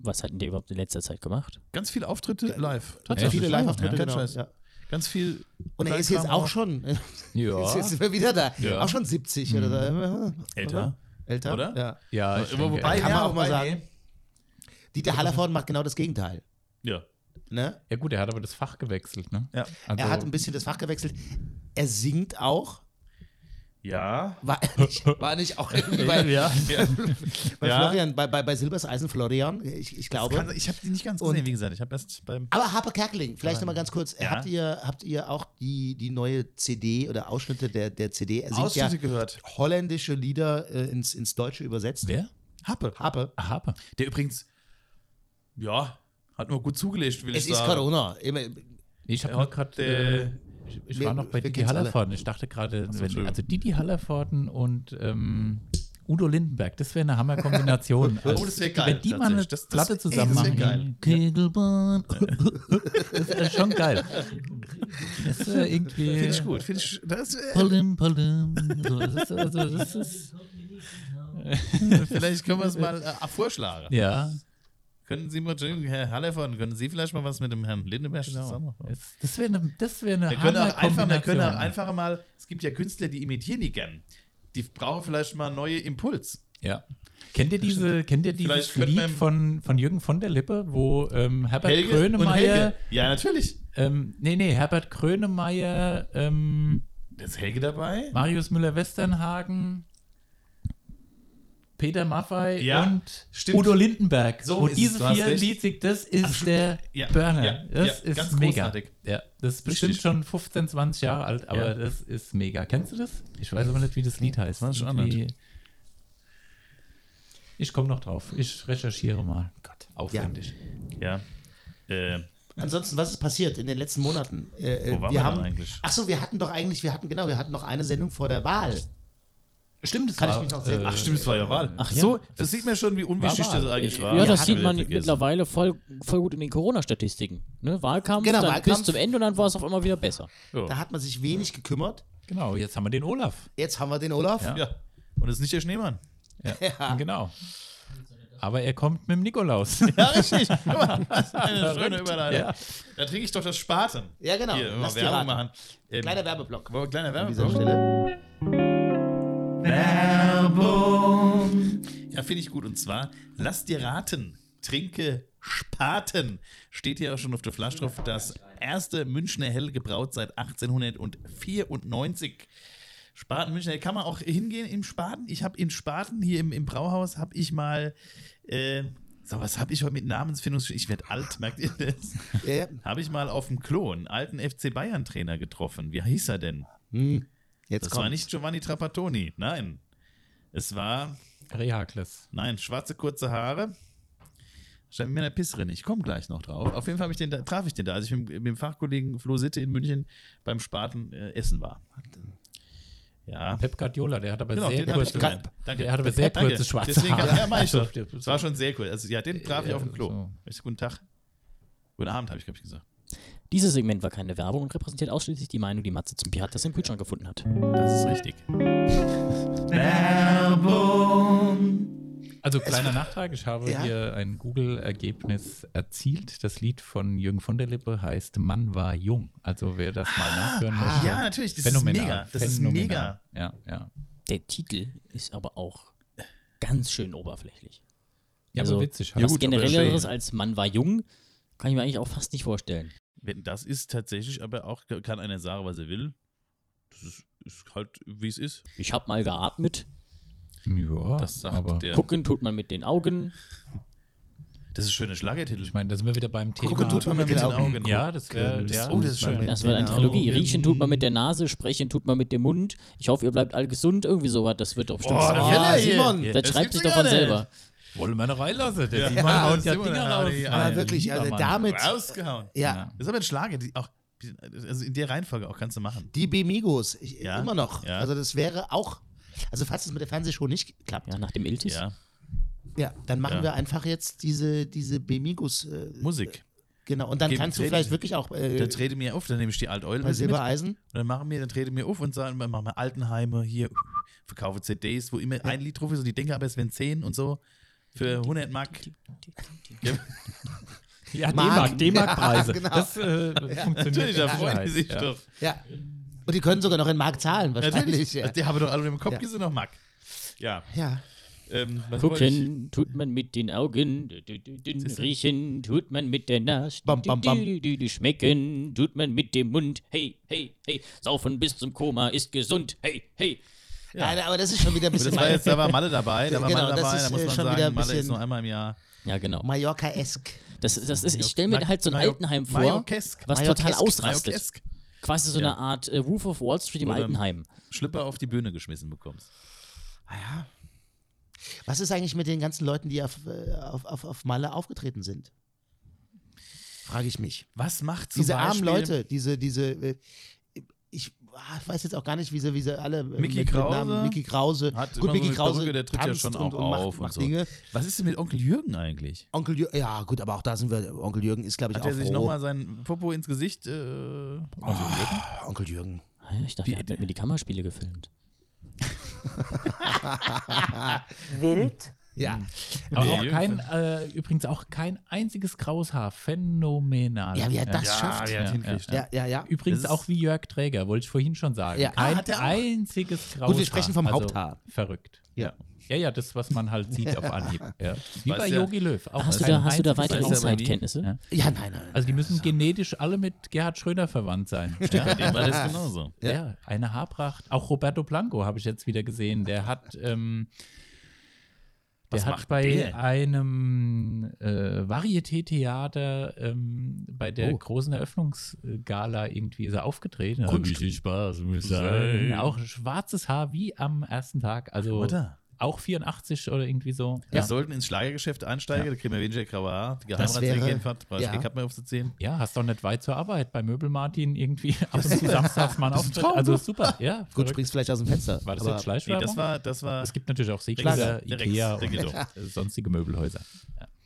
Was hatten die überhaupt in letzter Zeit gemacht?
Ganz viele Auftritte live.
Viele
Ja,
Live-Auftritte.
kein
Genau.
Scheiß.
Ja.
Ganz viel.
Und er ist jetzt auch schon. <laughs>
Ja.
Ist jetzt wieder da.
Ja.
Auch schon 70 oder so.
Mhm. Älter.
Älter.
Oder?
Ja.
Ja, ich denke,
Kann man auch mal
wobei,
sagen. Dieter Hallervorden macht genau das Gegenteil.
Ja.
Ne?
ja gut, er hat aber das Fach gewechselt, ne?
Ja.
Also,
Er hat ein bisschen das Fach gewechselt. Er singt auch. <laughs>
Ja.
War er nicht, war er nicht auch irgendwie bei,
ja.
<laughs> bei
Ja.
Florian, bei, bei, bei Silbers Eisen Florian, ich, ich
Das
glaube.
kann, ich habe die nicht ganz
Und-
gesehen, wie gesagt. Ich habe erst beim.
aber Harper Kerkeling, vielleicht nochmal ganz kurz.
Ja.
Habt, ihr, habt ihr auch die, die neue CD oder Ausschnitte der, der CD? Er singt ja
Ausschnitte gehört.
holländische Lieder äh, ins, ins Deutsche übersetzt.
Wer?
Happe.
Harpe.
Ah, Habe.
Der übrigens. Ja. Hat nur gut zugelegt, will
Es
ich
ist
sagen.
Corona. Immer-
Nee, ich habe
Er
nur
hat,
gerade.
äh,
Äh, ich ich
wir-
war noch bei
wir
Didi
kennen's alle.
also Hallervorden. Ich dachte gerade, wenn-
Entschuldigung.
also Didi Hallervorden und ähm, Udo Lindenberg. Das wäre eine Hammerkombination.
<laughs>
Also,
Oh, das wäre geil.
Wenn die mal eine
tatsächlich. Das- das-
Platte
ey,
zusammen
das wär
machen.
geil.
<laughs> Kegelbahn. <laughs> das wäre schon geil. Das wäre irgendwie.
Finde ich gut. Find ich,
<laughs>
das, äh,
Palim, palim. So, das ist, also,
<laughs>
das ist,
vielleicht können wir es mal äh, vorschlagen.
ja,
Können Sie mal, Entschuldigung, Herr Hallefon, können Sie vielleicht mal was mit dem Herrn Lindenberg
Genau.
zusammen machen?
das, das wäre eine, das wäre eine
Wir können, auch einfach, wir können auch
Hammerkombination.
einfach mal, es gibt ja Künstler, die imitieren die gern. Die brauchen vielleicht mal neue Impuls.
Ja. Kennt ihr diese, kennt ihr dieses
Vielleicht könnte
Lied
man-
von, von Jürgen von der Lippe, wo ähm, Herbert
und
Grönemeyer,
Helge. Ja, natürlich.
ähm, nee, nee, Herbert Grönemeyer, ähm,
Da Ist Helge dabei?
Marius Müller-Westernhagen, Peter Maffei
Ja,
und
stimmt.
Udo Lindenberg.
So
und
ist es,
diese
du hast
vier
recht.
Lied, das ist der
Ja,
Burner.
ja,
das
ja,
ist
ganz
mega.
großartig.
Ja, das ist bestimmt
Richtig.
schon 15, 20 Jahre alt, aber
Ja.
das ist mega. Kennst du das? Ich weiß aber nicht, wie das Lied heißt.
Weiß ich auch
Irgendwie- Ich komme noch drauf. Ich recherchiere mal. Gott, aufwendig.
Ja. Äh,
Ansonsten, was ist passiert in den letzten Monaten? Äh, äh,
Wo waren wir
wir haben,
denn eigentlich?
Ach so, wir hatten doch eigentlich, wir hatten genau, wir hatten noch eine Sendung vor der Wahl.
Stimmt, das
Kann ich
war,
mich noch sehen?
ach stimmt, es war ja Wahl.
Ach ja.
so, das sieht man schon, wie unwichtig
War Wahl.
das eigentlich war.
Ja, das
Hab
sieht
ich
man
vergessen.
mittlerweile voll, voll gut in den Corona-Statistiken. Ne? Wahlkampf,
Genau,
dann
Wahlkampf.
bis zum Ende und dann war es auf einmal wieder besser.
Da hat man sich wenig gekümmert.
Genau, jetzt haben wir den Olaf.
Jetzt haben wir den Olaf.
Ja.
Ja. Und es ist nicht der Schneemann. Ah.
Ja.
Genau. Aber er kommt mit
<laughs>
dem Nikolaus.
Ja, richtig. Guck mal, das ist Eine schöne Überleitung.
Ja.
Da trinke ich doch das Spaten.
Ja, genau.
Hier,
Lass
mal
dir
Werbung
raten.
machen. Ähm,
Kleiner Werbeblock.
Wollen wir kleiner
An dieser
Werbung.
Stelle.
Werbung. Ja, finde ich gut. Und zwar, lass dir raten, trinke Spaten. Steht hier auch schon auf der Flasche drauf. Das erste Münchner Hell gebraut seit 1894. Spaten Münchner Hell. Kann man auch hingehen im Spaten? Ich habe in Spaten hier im, im Brauhaus, habe ich mal... Äh, so, was habe ich heute mit Namensfindung? Ich werde alt, merkt ihr das?
Ja, ja.
Habe ich mal auf dem Klo einen alten FC Bayern Trainer getroffen. Wie hieß er denn?
Jetzt
Das
kommt.
war nicht Giovanni Trapattoni. Nein. Es war,
Rehakles.
nein, schwarze kurze Haare. Stand mit meiner Pisserin. Ich komme gleich noch drauf. Auf jeden Fall hab ich den da, traf ich den da, als ich mit, mit dem Fachkollegen Flo Sitte in München beim Spaten äh, essen war. Ja.
Pep Guardiola, der hat aber
Genau,
sehr
den hab ich
kurze,
gemeint. Danke.
der
<laughs>
hat aber sehr
Danke.
kurze schwarze
Deswegen,
Haare. Also,
Ja, mach ich
<laughs>
doch.
Der-
Das war schon sehr cool. Also, ja, den traf ich
Ja,
auf dem Klo.
so.
Ich sag, guten Tag. Guten Abend, habe ich, glaube ich, gesagt.
Dieses Segment war keine Werbung und repräsentiert ausschließlich die Meinung, die Matze zum Pirat, das im Kühlschrank gefunden hat.
Das ist richtig.
Also kleiner Nachtrag, ich habe
Ja.
hier ein Google-Ergebnis erzielt. Das Lied von Jürgen von der Lippe heißt Mann war jung. Also wer das mal nachhören möchte.
Ah, Ja, natürlich. Das
phänomenal.
ist mega. Das
phänomenal.
ist mega.
Ja, ja.
Der Titel ist aber auch ganz schön oberflächlich.
Ja,
also,
aber witzig.
was
gut, aber
generelleres
schön.
als Mann war jung, kann ich mir eigentlich auch fast nicht vorstellen.
Wenn das ist tatsächlich, aber auch kann einer sagen, was er will. Das ist, ist halt, wie es ist.
Ich hab mal geatmet,
ja,
Das sagt
aber
der.
gucken tut man mit den Augen.
Das ist ein schöner Schlagertitel.
ich meine, da sind wir wieder beim Thema.
Gucken tut man mit den Augen.
Ja, das wäre.
Das-
Ja,
oh, das ist schön.
Das wird eine
Genau.
Trilogie. Riechen tut man mit der Nase, sprechen tut man mit dem Mund. Ich hoffe, ihr bleibt alle gesund. Irgendwie sowas, das wird doch bestimmt.
Oh,
sein.
ja,
Ah,
ja,
Simon.
ja.
das
das
schreibt sich
gibt's
doch
ja
von
nicht.
selber.
Wollen wir noch reinlassen? Der Simon
Ja,
haut ja
Simon
Dinger
haut
raus.
die-
Aber
Ja,
wirklich, also
Liebermann.
damit.
Rausgehauen.
Ja.
Das ist aber ein Schlager, die auch, also in der Reihenfolge auch kannst du machen.
Die B-Migos. Ich-
Ja.
Immer noch.
Ja.
Also, das wäre auch. Also, falls es mit der Fernsehshow nicht klappt,
Ja, nach dem Iltis.
Ja, dann machen
Ja.
wir einfach jetzt diese, diese Bemigos. Äh,
Musik.
genau. Und dann
Geben
kannst du
Training.
vielleicht wirklich auch äh,
Dann trete mir auf, dann nehme ich die
bei
Alteule mit. Und
Silbereisen.
dann machen wir, dann trete mir auf und sagen, wir machen wir Altenheime hier, verkaufe CDs, wo immer ein Lied drauf ist und die denken aber, es wären 10 und so. Für 100 Mark.
Ja,
Mark.
D-Mark, D-Mark-Preise.
Ja, genau.
Das äh, funktioniert.
Natürlich, da
mit
freuen
Sicherheit,
die sich
ja.
doch.
Ja. Und die können sogar noch in Mark zahlen, wahrscheinlich.
Natürlich.
Ja.
Also, die haben doch alle im Kopf
Ja.
gesehen noch Mark. Ja.
ja.
Ähm, was wollte ich?
Gucken tut man mit den Augen, dü- dü- dü- dü-
Siehste?
riechen tut man mit der Nase,
Bam, bam, bam.
dü- dü- dü- schmecken tut man mit dem Mund, hey, hey, hey, saufen bis zum Koma ist gesund, hey, hey.
Nein, aber das ist schon wieder ein
Und
bisschen
<laughs> das war jetzt, da war Malle dabei, da war
Genau,
Malle
das
dabei,
ist,
da muss
äh,
man
schon wieder
sagen,
ein
Malle ist
bisschen-
nur einmal im Jahr.
Ja, genau.
Mallorca-esk.
Das, das ist, ich stelle mir
Major-
halt so ein
Major-
Altenheim vor,
Majorkesk.
was total
Majorkesk.
ausrastet.
Majorkesk.
Quasi so
Ja.
eine Art äh, Wolf of Wall Street im
Oder-
Altenheim.
Schlipper auf die Bühne geschmissen bekommst. Ah,
Was ist eigentlich mit den ganzen Leuten, die auf, äh, auf, auf, auf Malle aufgetreten sind? Frage ich mich.
Was macht zum
diese
Beispiel,
armen Leute, diese, diese, äh, ich ah, ich weiß jetzt auch gar nicht, wie sie, wie sie alle äh,
Mickey
mit- mit
Krause
Namen- Mickey Krause.
Hat immer so eine Perücke, der tritt ja
tanzt
schon auch
macht,
auf und
macht
so.
Dinge.
Was ist denn mit Onkel Jürgen eigentlich?
Onkel Jürgen, ja gut, aber auch da sind wir, Onkel Jürgen ist glaube ich
Hat
auch
er sich
froh.
nochmal sein Popo ins Gesicht? Äh,
Onkel Jürgen.
Ah Ich dachte, er hat mit mir die Kammerspiele gefilmt.
Wild.
Ja.
Mhm.
Aber
Nee,
auch kein,
jedenfalls.
äh, übrigens auch kein einziges graues Haar. Phänomenal.
Ja, wie er das schafft.
ja,
Ja,
ja,
hinkriegt, ne?
ja, ja.
Übrigens
Das ist-
auch wie Jörg Träger, wollte ich vorhin schon sagen.
Ja, ah,
Kein
hat er auch.
einziges graues Haar.
Gut, wir sprechen vom
also,
Haupthaar.
Verrückt.
Ja.
Ja, ja, das, was man halt sieht
<laughs>
auf Anhieb. Ja. Wie
Weiß
bei
ja-
Yogi Löw. Auch
Hast du
kein
da, hast du da
einziges
weitere
weiß
graues
er aber nie.
Insight-Kenntnisse?
Ja.
Ja, nein, nein.
Also die müssen genetisch alle mit Gerhard Schröder verwandt sein. Ja,
Bei dem war das
<laughs>
genauso.
Ja.
ja. eine Haarpracht. Auch Roberto Blanco habe ich jetzt wieder gesehen. Der hat, ähm,
Was
der
macht
hat bei
der?
einem äh, Varieté-Theater ähm, bei
Oh.
der großen Eröffnungsgala irgendwie ist er aufgetreten. Hat
Kunst-
richtig Spaß muss
Sein.
Auch schwarzes Haar wie am ersten Tag. Also
Oder?
auch 84 oder irgendwie so.
Wir sollten ins Schlagergeschäft einsteigen, da kriegen wir weniger graue Haar. Die Geheimratsegentin hat, brauche ich
ja.
keinen Kapp mehr aufzuziehen.
Ja, hast doch nicht weit zur Arbeit. Bei Möbel
<laughs>
Martin irgendwie ab und zu samstags mal einen
Das ist ein
Auftritt.
Traum,
Also
ne?
super, ja.
Gut,
verrückt.
springst vielleicht aus dem Fenster.
War das
aber-
jetzt
Nee,
Fleischwerbung?
das war, das war
es gibt natürlich auch
Klar,
Seekäser,
der
Ikea
Rex, der <laughs>
und äh, sonstige Möbelhäuser.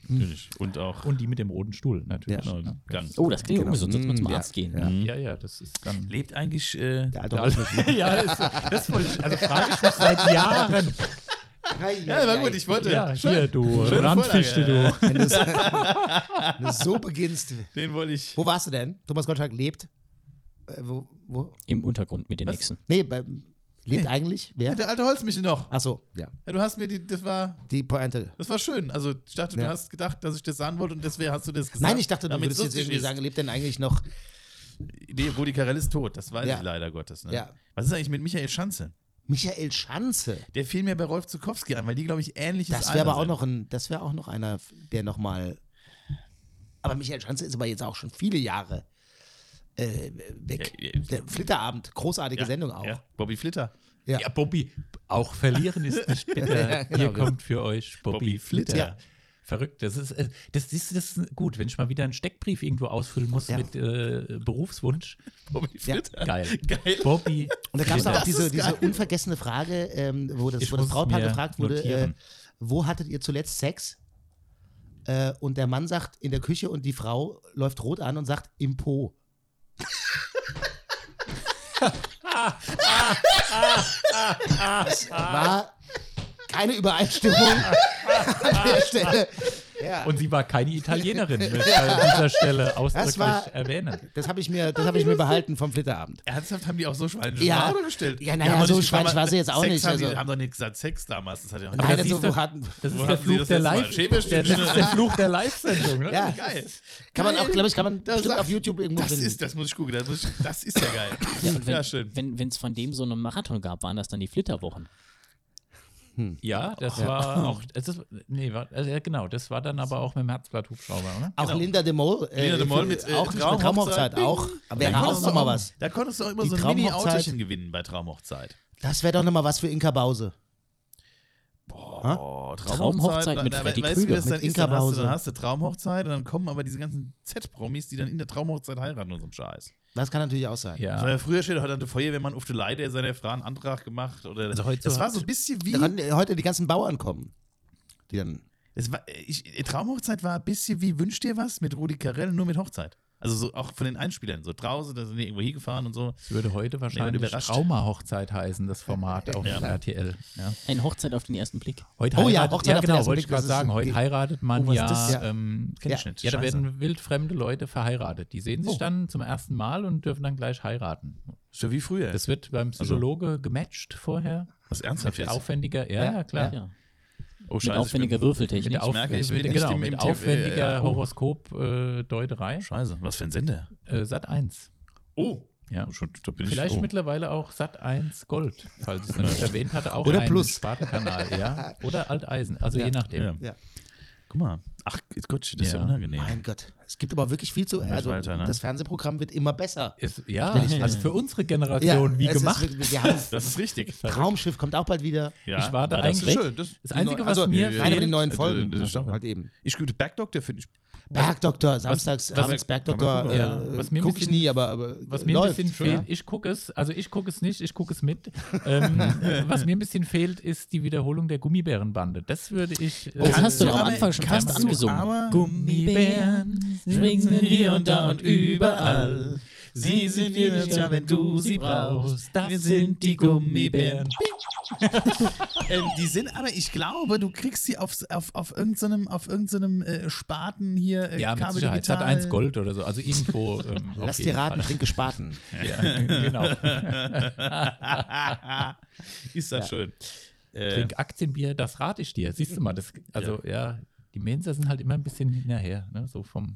Hm.
natürlich. Und auch
Und die mit dem roten Stuhl natürlich.
genau,
Ja, Mhm.
Gang.
Oh, das klingt
Genau.
ungesund, sonst muss man zum
Ja.
Arzt gehen.
Ja.
ja, ja, das ist dann...
Lebt eigentlich
Der
äh,
Ja,
alte
also- <laughs> ja, das, das wollte ich, also frage ich mich <laughs> seit Jahren.
Ja, war gut, ich wollte.
Ja, hier, du
Schöne
Randfichte, du.
Wenn du so beginnst.
Den wollte ich.
Wo warst du denn? Thomas Gottschalk lebt. Äh, wo, wo?
Im Untergrund mit den Nächsten.
Nee, beim, lebt eigentlich? Wer?
Der alte Holzmichel noch.
Ach so, ja.
Ja, du hast mir die, das war,
Die Pointe.
das war schön. Also ich dachte,
Ja.
du hast gedacht, dass ich das sagen wollte und deswegen hast du das gesagt.
Nein, ich dachte, du
Damit
würdest jetzt
lustig
irgendwie
ist.
sagen, lebt denn eigentlich noch?
Nee, Rudi Carell ist tot, das weiß
Ja.
ich leider Gottes. Ne?
Ja.
Was ist eigentlich mit Michael Schanze?
Michael Schanze.
Der fiel mir bei Rolf Zukowski an, weil die, glaube ich, ähnliches
Das
Alter
wäre aber auch
sind.
noch ein, das wäre auch noch einer, der noch mal. Aber Michael Schanze ist aber jetzt auch schon viele Jahre äh, weg.
Ja, ja.
Der Flitterabend, großartige Sendung auch.
Ja. Bobby Flitter.
Ja.
Ja, Bobby, auch verlieren ist nicht <laughs> bitter. Hier kommt für euch genau. Bobby,
Bobby Flitter.
Flitter. Verrückt, das ist, äh, das ist, das ist gut, wenn ich mal wieder einen Steckbrief irgendwo ausfüllen muss
Ja.
mit äh, Berufswunsch.
Bobby Flitter.
Geil.
Geil.
<laughs> Bobby.
Und da gab es
Flitter.
auch
Das
diese,
ist
diese
geil.
unvergessene Frage, ähm, wo das,
Ich
wo das
muss
Brautpaar
mir
gefragt wurde, äh,
notieren.
wo hattet ihr zuletzt Sex? Äh, und der Mann sagt in der Küche und die Frau läuft rot an und sagt im Po. <laughs> das war keine Übereinstimmung an der Stelle. Ja,
Und sie war keine
<laughs>
Italienerin, will ich an dieser Stelle ausdrücklich
war-
erwähnen.
das habe ich, mir- das hab ich mir behalten vom Flitterabend.
Ernsthaft haben die auch so Schweine
Ja.
gestellt?
Ja,
Die
naja,
haben doch
so
nicht-
schweinig
haben-
war sie jetzt auch
Sex
nicht,
Haben, die
also-
haben doch nicht gesagt Sex damals. Das hat ja auch
Nein,
das
also,
siehst
wo
du-
hatten,
Das
Wo
ist der
hatten Sie
Fluch
das
der
letzte Mal?
Live. Der,
Schäferstübchen.
das ist der Fluch der Live-Sendung, ne?
ja,
Geil.
kann man auch, glaube ich, kann man
Das
bestimmt
sagt-
auf YouTube irgendwo
Das
finden.
ist, das muss ich gucken. Das, muss ich, das ist ja geil.
Ja, und wenn,
ja, schön.
Wenn es von dem so einen Marathon gab, waren das dann die Flitterwochen.
Ja, das war auch. Das ist, nee, war, also, ja, genau, das war dann aber auch mit dem Herzblatt-Hubschrauber, oder?
Auch Linda de Mol. äh,
Linda de Mol mit, äh,
auch mit
Traumhochzeit.
Traumhochzeit. Auch,
Da
wäre auch
konntest du
nochmal was.
Da konntest du auch immer
Die
so ein
Traumhochzeit.
Mini-Autochen gewinnen bei Traumhochzeit.
Das wäre doch nochmal was für Inka Bause.
Boah,
Traumhochzeit mit
Oh, Na,
Freddy
weißt du, wie
Krüger,
das
mit
dann ist?
Inka
Dann hast, du,
Bause.
dann hast du Traumhochzeit und dann kommen aber diese ganzen Z-Promis, die dann in der Traumhochzeit heiraten und so einen Scheiß.
Das kann natürlich auch sein.
Das war ja früher schon, da hat dann der Feuerwehrmann auf der Leiter seine Frau einen Antrag gemacht. Oder
Also heute-
das war so ein bisschen wie.
Da können heute die ganzen Bauern kommen. Die dann.
Es war, äh, ich, Traumhochzeit war ein bisschen wie Wünsch dir was mit Rudi Carell, nur mit Hochzeit. Also so auch von den Einspielern, so draußen, da sind die irgendwo hingefahren und so.
Das würde heute wahrscheinlich
überrascht.
Trauma-Hochzeit heißen, das Format auf
Ja.
RTL. Ja.
Eine Hochzeit auf den ersten Blick.
Heute
Oh ja,
heiratet-
Hochzeit
ja
auf den
genau,
ersten
wollte ich
Blick, das
gerade
ist
sagen.
so-
Heute heiratet man
Oh, was
ja,
ist das? Ja.
Ähm, kenn
Ja. Oh.
ich nicht. ja, da
Scheiße.
werden wildfremde Leute verheiratet. Die sehen sich dann zum ersten Mal und dürfen dann gleich heiraten.
So wie früher. Das,
Das wird beim
Also
Psychologe gematcht vorher.
was ernsthaft
Mit
jetzt.
aufwendiger, ja, ja klar.
Ja.
oh,
Mit aufwendiger
Mit,
Würfeltechnik.
auf,
merke, ich will
mit,
nicht
genau,
im-
mit
im TV,
aufwendiger
äh, oh.
Horoskop-Deuterei.
ich bin, scheiße, was für ein Sender.
Äh, Sat 1.
Oh,
Ja.
schon, da bin
Vielleicht
ich, oh.
mittlerweile auch Sat 1 Gold, falls es noch nicht erwähnt hatte, auch
Oder
einen
Plus.
Spartenkanal, ja. Oder Alteisen, also je nachdem.
Ja.
Ja.
Guck mal. Ach Gott, das ist ja
Ja.
unangenehm.
Mein Gott. Es gibt aber wirklich viel zu. Also,
weiter, ne?
Das Fernsehprogramm wird immer besser.
Ist, ja, also für unsere Generation wie
es ist
gemacht.
wirklich- wir
<laughs>
haben
Das ist <laughs> richtig.
Traumschiff kommt auch bald wieder.
Ja,
Ich war da
das
eigentlich-
ist schön. Das,
Das Einzige, was
also,
mir
Nein, aber die
fehlt,
neuen
Äh,
Folgen.
das ist doch-
halt eben.
ich gute Backdog, der finde ich
Bergdoktor, samstags
was-
abends Bergdoktor.
kann man
gucken,
äh,
ja. Was mir ein
guck ich
bisschen-
nie, aber, aber
Was mir
läuft,
ein bisschen
ja.
fehlt, ich gucke es, also ich gucke es nicht, ich gucke es mit. ähm, was mir ein bisschen fehlt, ist die Wiederholung der Gummibärenbande. Das würde ich. äh,
Das hast du doch am
aber-
Anfang schon
kannst
fast
du
angesungen.
aber-
Gummibären schwingen hier und da und überall.
Sie sind
hier, ja, wenn du sie brauchst. Das sind die Gummibären.
Ähm, die sind aber, ich glaube, du kriegst sie auf, auf, auf irgendeinem auf irgendeinem äh, Spaten hier. Äh,
Ja, mit
Kabel
Sicherheit. Es hat
Digital.
eins Gold oder so.
<laughs>
Also irgendwo. Ähm, auf
Lass dir
jeden <laughs>
raten,
Fall.
trinke Spaten.
genau.
Ist das schön. Äh,
Trink Aktienbier, das rate ich dir. Siehst du mal, das, also ja, die Mensa sind halt immer ein bisschen hinterher, ne? So vom.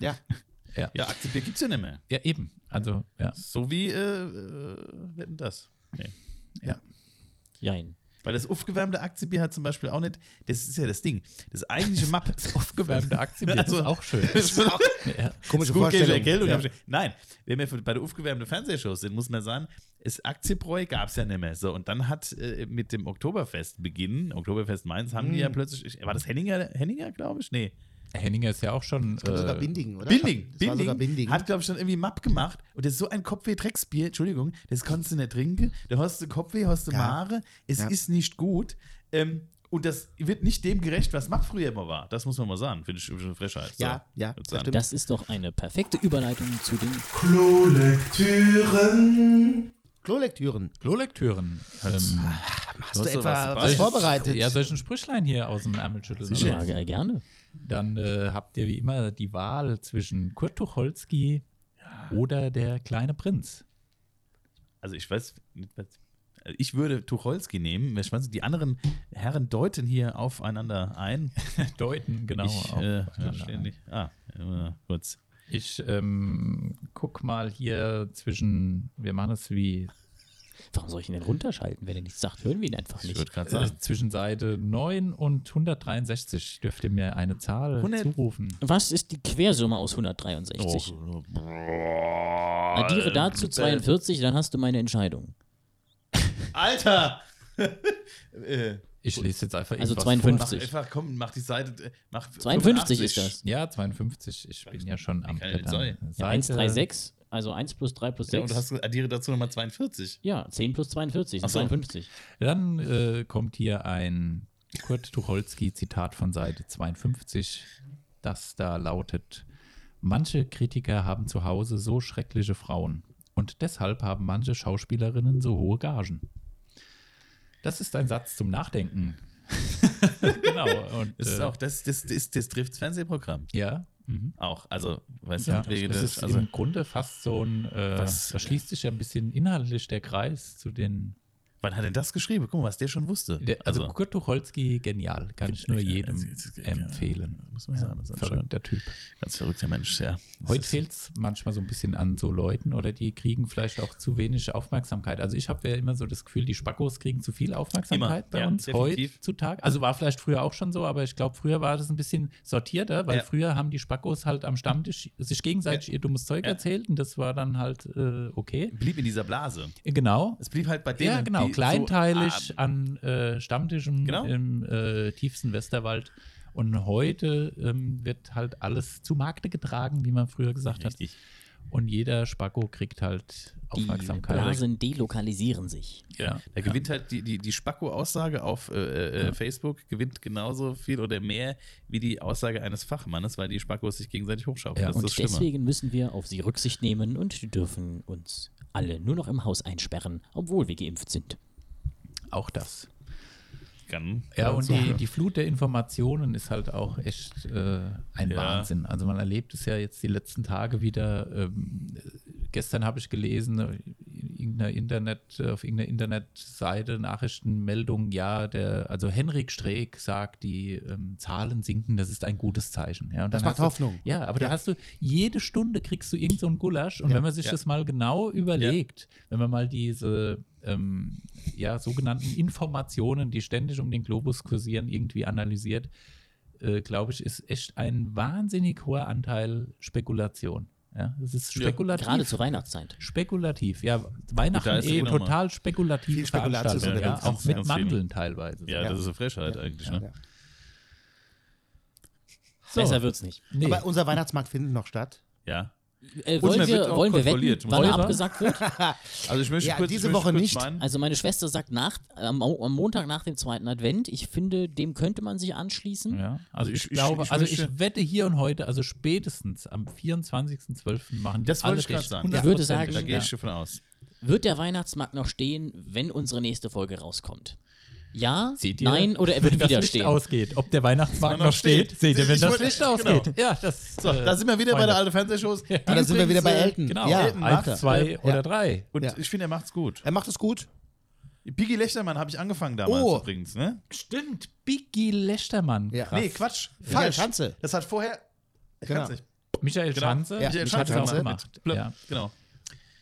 Ja.
ja, Aktienbier gibt's ja nicht mehr.
Ja, eben. Also, ja.
So wie, äh, äh, wetten das? Nee.
Jein.
Weil das aufgewärmte Aktienbier hat zum Beispiel auch nicht, das ist ja das Ding, das eigentliche
<laughs>
Map. das
Aufgewärmte Aktienbier, das ist
Also-
auch schön.
<laughs> Das ist auch,
<laughs> Ja.
Komische
gut gegen
Vorstellung.
Erkältung.
Ja.
Ja. Nein, wenn wir von- bei der aufgewärmten Fernsehshows sind, muss man sagen, das Aktienbräu gab es ja nicht mehr. So, und dann hat äh, mit dem Oktoberfest beginnen, Oktoberfest Mainz, haben
Hm.
die ja plötzlich, ich- war das Henninger, Henninger glaube ich? Nee.
Henninger ist ja auch schon.
Kommt sogar
äh,
Bindingen, oder?
Binding,
Das war sogar
Binding,
Binding.
hat, glaube ich, schon irgendwie Mapp gemacht. Und das ist so ein Kopfweh-Drecksbier, Entschuldigung, das konntest du nicht trinken. Da hast du Kopfweh, hast du Mare, es ist nicht gut. Ähm, und das wird nicht dem gerecht, was Mapp früher immer war. Das muss man mal sagen, finde ich finde ich eine Frechheit. So,
Ja, ja,
würde ich
das
sagen.
stimmt.
Das ist doch eine perfekte Überleitung zu den
Klolektüren.
Klolektüren. Ähm,
Hast du
du
etwa
was
was,
dabei?
vorbereitet?
ja, solchen Sprüchlein hier aus dem Ärmel schütteln. oder was?
Frage. äh, Gerne.
Dann äh, habt ihr wie immer die Wahl zwischen Kurt Tucholsky oder der kleine Prinz.
Also ich weiß, nicht, was- also ich würde Tucholsky nehmen. Ich weiß, nicht, die anderen Herren deuten hier
<laughs>
aufeinander ein.
Deuten, genau.
ich
auf-
äh,
aufeinander.
verstehe nicht. Ah, äh, kurz.
ich ähm, guck mal hier zwischen, wir machen es wie
Warum soll ich ihn denn runterschalten? Wenn er nichts sagt, hören wir ihn einfach
Ich
nicht.
würde gerade
äh,
sagen.
zwischen Seite 9 und 163. Dürft ihr mir eine Zahl
100
zurufen?
Was ist die Quersumme aus 163?
Oh, äh,
Addiere dazu
Äh,
42, dann hast du meine Entscheidung.
Alter! <laughs> äh,
Ich lese jetzt einfach
Also
irgendwas
52.
mach einfach, komm, mach die Seite. äh, Mach
52 ist
85.
das.
Vor. Ja, 52. Ich bin ja schon am
Wie kann ich das
Blättern.
sein?
Ja, 136, also 1 plus 3 plus
Ja, und
6.
du hast, addiere dazu nochmal 42.
Ja, 10 plus 42, sind
Ach so.
52.
Dann äh, kommt hier ein Kurt Tucholsky-Zitat von Seite 52, das da lautet: Manche Kritiker haben zu Hause so schreckliche Frauen und deshalb haben manche Schauspielerinnen so hohe Gagen. Das ist ein Satz zum Nachdenken. <laughs> genau. Und,
Das ist
äh,
auch, das, das, das, das trifft das Fernsehprogramm.
Ja. Mhm.
Auch. Also, weißt du,
Ja,
wegen
das ist
also,
im Grunde fast so ein, äh,
Was-
da schließt sich ja ein bisschen inhaltlich der Kreis zu den
wann hat er das geschrieben? Guck mal, was der schon wusste.
Der, also, Kurt Tucholsky, genial. Kann ich nur
Ja,
jedem
das ist- ja,
empfehlen.
muss man sagen, das ist
Verrückter Typ.
Ganz verrückter Mensch, ja. Das
Heute
ist-
fehlt es manchmal so ein bisschen an so Leuten oder die kriegen vielleicht auch zu wenig Aufmerksamkeit. Also ich habe ja immer so das Gefühl, die Spackos kriegen zu viel Aufmerksamkeit
Immer,
bei
ja,
uns
definitiv.
heutzutage. Also war vielleicht früher auch schon so, aber ich glaube, früher war das ein bisschen sortierter, weil
Ja.
früher haben die Spackos halt am Stammtisch sich gegenseitig ihr dummes Zeug
Ja.
erzählt und das war dann halt äh, okay.
blieb in dieser Blase.
Genau.
Es blieb halt bei denen.
Ja, genau,
die
kleinteilig
So, ah,
an äh, Stammtischen
Genau.
im äh, tiefsten Westerwald. Und heute ähm, wird halt alles zu Markte getragen, wie man früher gesagt
richtig.
hat. Und jeder Spacko kriegt halt
Die
Aufmerksamkeit.
Blasen delokalisieren sich.
Ja.
Da gewinnt halt die, die, die Spacko-Aussage auf äh, äh, Facebook gewinnt genauso viel oder mehr wie die Aussage eines Fachmannes, weil die Spackos sich gegenseitig hochschaufeln.
Ja,
das ist das
Und
Schlimme.
deswegen müssen wir auf sie Rücksicht nehmen und dürfen uns alle nur noch im Haus einsperren, obwohl wir geimpft sind.
Auch das.
Kann,
Ja, und die, die Flut der Informationen ist halt auch echt äh, ein
Ja.
Wahnsinn. Also man erlebt es ja jetzt die letzten Tage wieder. Ähm, äh, gestern habe ich gelesen, äh, in irgendeiner Internet, äh, auf irgendeiner Internetseite Nachrichtenmeldung, ja, der, also Henrik Streeck sagt, die ähm, Zahlen sinken, das ist ein gutes Zeichen. Ja, und
Das
dann
macht
hast du-
Hoffnung.
ja, aber da hast du, jede Stunde kriegst du irgend so einen Gulasch. Und wenn man sich
Ja.
das mal genau überlegt, wenn man mal diese ähm, ja, sogenannten Informationen, die ständig um den Globus kursieren, irgendwie analysiert, äh, glaube ich, ist echt ein wahnsinnig hoher Anteil Spekulation. Ja, es ist
Ja,
spekulativ.
Gerade zur Weihnachtszeit.
Spekulativ, ja. Weihnachten
Da ist die
eh
gute Nummer.
total spekulativ.
Viel Spekulatius
ja,
unterwegs.
auch mit
Ganz viel.
Mandeln teilweise.
<laughs> ja,
Ja.
das ist eine Frechheit eigentlich.
Ja,
ne?
ja.
So.
Besser wird's nicht.
Nee.
Aber unser Weihnachtsmarkt findet noch statt.
Ja.
Äh,
Und
wollen
er wird
wir,
auch
wollen wir
kontrolliert,
wetten,
muss
wann
ich
er
sagen.
abgesagt wird?
Also ich möchte
Ja,
kurz,
diese
ich möchte
Woche
kurz
nicht.
meinen-
Also meine Schwester sagt nach, am, Mo- am Montag nach dem zweiten Advent. Ich finde, dem könnte man sich anschließen.
Ja, also ich,
Ich
glaube,
ich
also
möchte-
ich wette hier und heute, also spätestens am 24.12. machen die
Das wollte
alle
ich gerade
dicht.
sagen.
Ich würde sagen,
da gehe
ja.
ich davon aus.
Wird der Weihnachtsmarkt noch stehen, wenn unsere nächste Folge rauskommt? Ja,
Seht ihr?
nein oder er wird
<laughs> wenn das
wieder
Licht
stehen.
ausgeht, ob der Weihnachtsmarkt
Wenn er
noch
noch
steht,
steht.
seht ihr, wenn
Ich
das
wollte-
Licht
genau.
ausgeht. Ja, das, äh,
So, da sind wir wieder bei der alten Fernsehshows. Ja.
Ah, da sind wir wieder bei Elton.
Genau,
Ja,
Elton,
macht er.
eins, zwei
Ja.
oder drei.
Und
Ja.
ich finde, er macht's gut.
Er macht es gut.
Biggie Lechtermann habe ich angefangen damals
Oh.
übrigens, ne?
Stimmt, Biggie Lechtermann.
Ja.
Nee, Quatsch.
Michael
Falsch.
Schanze.
Das hat vorher. Ich
Genau.
kann's nicht.
Michael
Genau.
Schanze.
Ja,
Michael
Mich hat
Schanze
es auch
hat
gemacht.
mit Blö-
Ja.
Genau.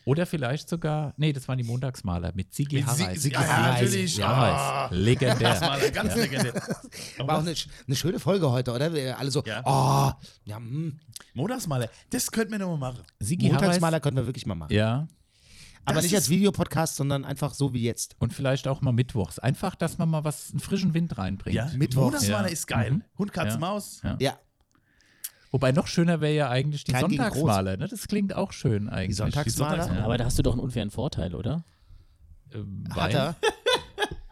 Oder vielleicht sogar, nee, das waren die Montagsmaler mit Sigi
Mit Sie-
Harreis.
Sigi Harreis. natürlich.
Ja,
Ah.
legendär.
Mal ganz legendär.
War auch eine, sch- eine schöne Folge heute, oder? Wir Alle so,
Ja.
oh, ja, hm.
Montagsmaler. Das könnten wir nochmal machen.
Sigi Harreis.
Montagsmaler könnten wir wirklich mal machen.
Ja,
Aber
Das
nicht als Videopodcast, sondern einfach so wie jetzt.
und vielleicht auch mal mittwochs. Einfach, dass man mal was, einen frischen Wind reinbringt.
Ja.
Mittwoch.
Montagsmaler
Ja.
ist geil.
Mhm.
Hund, Katze,
Ja.
Maus.
Ja.
Ja,
Wobei noch schöner wäre ja eigentlich die
Klein gegen groß.
Sonntagsmaler. Ne? Das klingt auch schön eigentlich.
die Sonntagsmaler.
Sonntagsmaler.
Aber da hast du doch einen unfairen Vorteil, oder?
Ähm,
Hat
weil-
er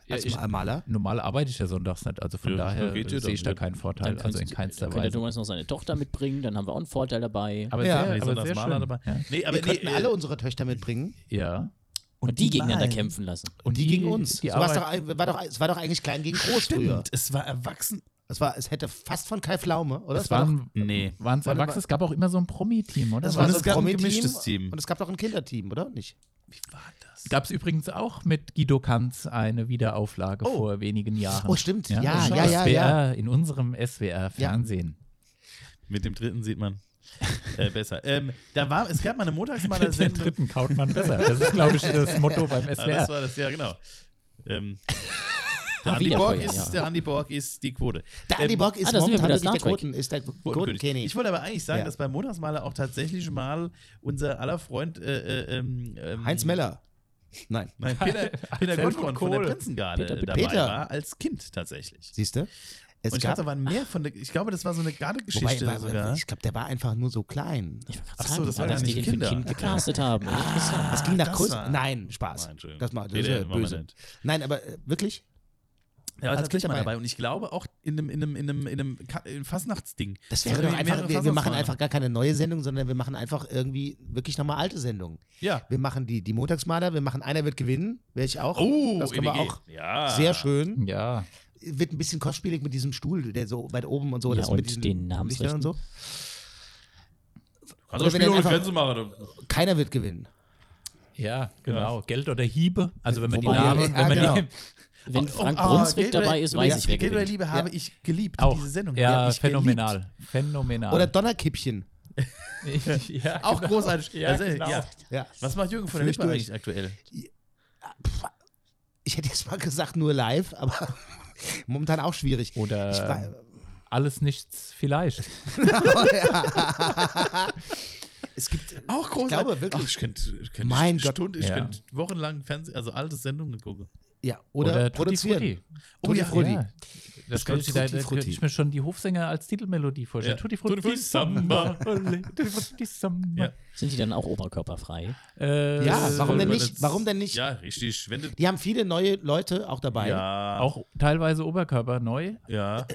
Ja,
als
ich,
Maler.
normal arbeite ich ja sonntags nicht. Also von
Ja,
daher
geht ja
sehe ich
dann.
da keinen Vorteil.
Dann
Also in
kannst-
keinster
dann könnte
Weise.
Thomas noch seine Tochter mitbringen, dann haben wir auch einen Vorteil dabei.
Aber
Ja.
sehr,
Die
aber sehr
Sonntagsmaler
schön.
dabei.
Ja.
Nee,
Wir könnten
nee,
alle
äh,
unsere Töchter mitbringen.
ja.
und, die, gegeneinander
malen.
kämpfen lassen.
Und die, gegen uns.
Die
so war's
Arbeit,
doch, ein- war doch, es war doch eigentlich klein gegen groß früher.
Stimmt, es war erwachsen.
Es, war, es hätte fast von Kai Pflaume, oder?
das waren,
Nee.
waren es
Warte mal.
Erwachsene. Es gab auch immer so ein Promi-Team, oder?
das
war
war
und
so
es
ein
gab ein
Promi-Team
gemischtes Team.
Und es gab doch ein Kinderteam, oder? Nicht?
Wie war das?
Gab es übrigens auch mit Guido Kanz eine Wiederauflage vor wenigen Jahren.
Oh, stimmt. Ja, ja,
im
ja, ja.
SWR, In unserem SWR-Fernsehen.
Mit dem dritten sieht man äh, besser. Ähm, da war, es gab mal eine
<laughs> Den
Montagsmaler-Sendung.
dritten kaut man besser. Das ist, glaube ich, das Motto beim
Ah, das
SWR.
war das, ja, genau. Ähm, der,
Ah,
Andi
wieder
Borg
vorher,
ist,
ja.
der Andi Borg ist die Quote. Ähm,
Der Andy Bock
ah,
ist
da sind wir
momentan wirklich
wieder
der
Star Trek.
Quoten, ist der Quotenkönig.
Ich wollte aber eigentlich sagen,
Ja.
dass bei Montagsmaler auch tatsächlich mal unser aller Freund äh, äh, ähm, ähm,
Heinz Meller. Nein.
<laughs>
Nein, Peter, Peter Gottfried
Helmut
von der
Kohl.
Prinzengarde
Peter,
dabei
Peter.
war als Kind tatsächlich.
Siehst du? Es
Und ich glaube, da waren mehr von der, ich glaube, das war so eine
wobei,
Gardegeschichte
war,
sogar.
ich glaube, der war einfach nur so klein.
Ich wollte
Ach
gerade
so,
sagen,
das waren
dass
ja
die
nicht
den für ein
Kinder.
Kind
Ah,
gecastet haben.
Ah,
Interessant.
Das ging nach
das
kurz.
war-
Nein, Spaß.
Nein, Ah, Entschuldigung.
das mal, das
Peter,
ist ja
machen wir
böse.
nicht.
Nein, aber äh, wirklich?
Der war
als
tatsächlich
Kind
mal
dabei.
dabei. Und ich glaube auch in einem, in einem, in einem, in einem Also Ka- in Fastnachtsding.
Das wäre doch
Irgendwie
einfach,
mehrere
wir, wir machen
Fastnachtsmaler.
einfach gar keine neue Sendung, sondern wir machen einfach irgendwie wirklich nochmal alte Sendungen.
Ja.
Wir machen die, die Montagsmaler, wir machen Einer wird gewinnen, wäre ich auch.
Oh,
das können wir
EWG.
auch.
Ja.
Sehr schön.
Ja.
Wird ein bisschen kostspielig mit diesem Stuhl, der so weit oben und so.
Ja,
das
und
mit diesen
den Namensrechten.
Lichtern und so.
Kannst du
Oder wenn
Also Spiel ohne
einfach-
Grenze machen. du-
Keiner wird gewinnen.
Ja, genau. Geld oder Hiebe. Also wenn man die
Wobei-
Namen, wenn
Ja,
man
genau.
die,
Wenn Frank
ah,
Brunswick
Geld oder-
dabei ist, weiß ich, wer
Geld oder
gewinnt.
Liebe habe ich geliebt,
auch
diese Sendung.
Ja,
habe ich
phänomenal.
Geliebt.
Phänomenal.
Oder Donnerkippchen.
<laughs> ja,
Auch
<laughs>
genau.
großartig.
Ja,
Also,
genau.
ja.
Ja.
Was macht Jürgen von der
Völlig
Lippe
durch.
eigentlich aktuell?
Ich hätte jetzt mal gesagt, nur live, aber <laughs> momentan auch schwierig.
Oder-
Ich war,
Alles nichts vielleicht.
es gibt.
Auch großartig.
glaube wirklich.
Ach, ich könnte ich könnte
Mein Gott.
Stunden, ich
Ja.
könnte wochenlang Fernsehen, also alte Sendungen gucken.
Ja, oder,
Tutti Frutti.
produzieren.
Oh ja,
Frutti.
Ja. Das
kommt
könnte ich, da,
Tutti
da könnte
Frutti.
ich mir schon die Hofsänger als Titelmelodie vorstellen.
Ja.
Tutti Frutti,
Tutti Frutti
Samba. ole, Tutti Frutti Samba.
Ja.
Sind die dann auch oberkörperfrei?
Äh,
Ja, warum denn nicht?
Also das-
Warum denn nicht?
Ja, richtig. Wenn du,
Die haben viele neue Leute auch dabei.
ja,
Auch teilweise Oberkörper neu.
ja,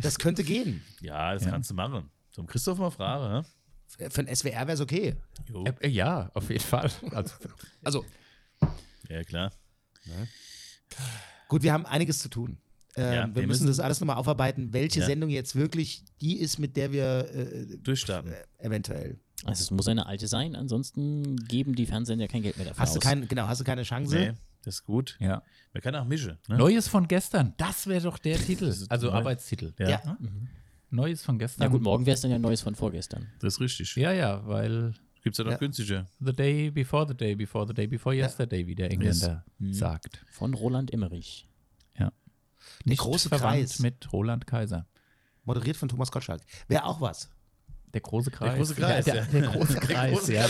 Das könnte gehen.
ja, das kannst du machen. Zum Christoph mal Frage.
Für für ein SWR wäre es okay.
Jo.
Äh, äh, ja, auf jeden Fall. Also,
Also,
Ja, klar.
gut, wir haben einiges zu tun. Ähm,
Ja,
wir,
wir
müssen
müssen-
das alles nochmal aufarbeiten, welche
Ja.
Sendung jetzt wirklich die ist, mit der wir äh,
Durchstarten.
eventuell.
Also es muss eine alte sein, ansonsten geben die Fernsehsender kein Geld mehr dafür
Hast du,
aus.
kein, genau, hast du keine Chance?
Nee, das ist gut.
ja.
Man kann auch mischen. Ne?
Neues von gestern. Das wäre doch der Titel. Also
neu.
Arbeitstitel.
Ja,
Ja.
Neues von gestern.
ja gut, morgen wäre es dann ja Neues von vorgestern.
das ist richtig.
Ja, ja, weil
Gibt es ja noch
Ja.
günstiger.
The Day Before the Day Before the Day Before Yesterday, wie der Engländer sagt.
Von Roland Emmerich.
Nicht
große
verwandt
Kreis.
mit Roland Kaiser.
Moderiert von Thomas Gottschalk. Wäre auch was.
Der große Kreis.
Der große Kreis,
Ja,
ja.
der,
<laughs>
der große Kreis, ja.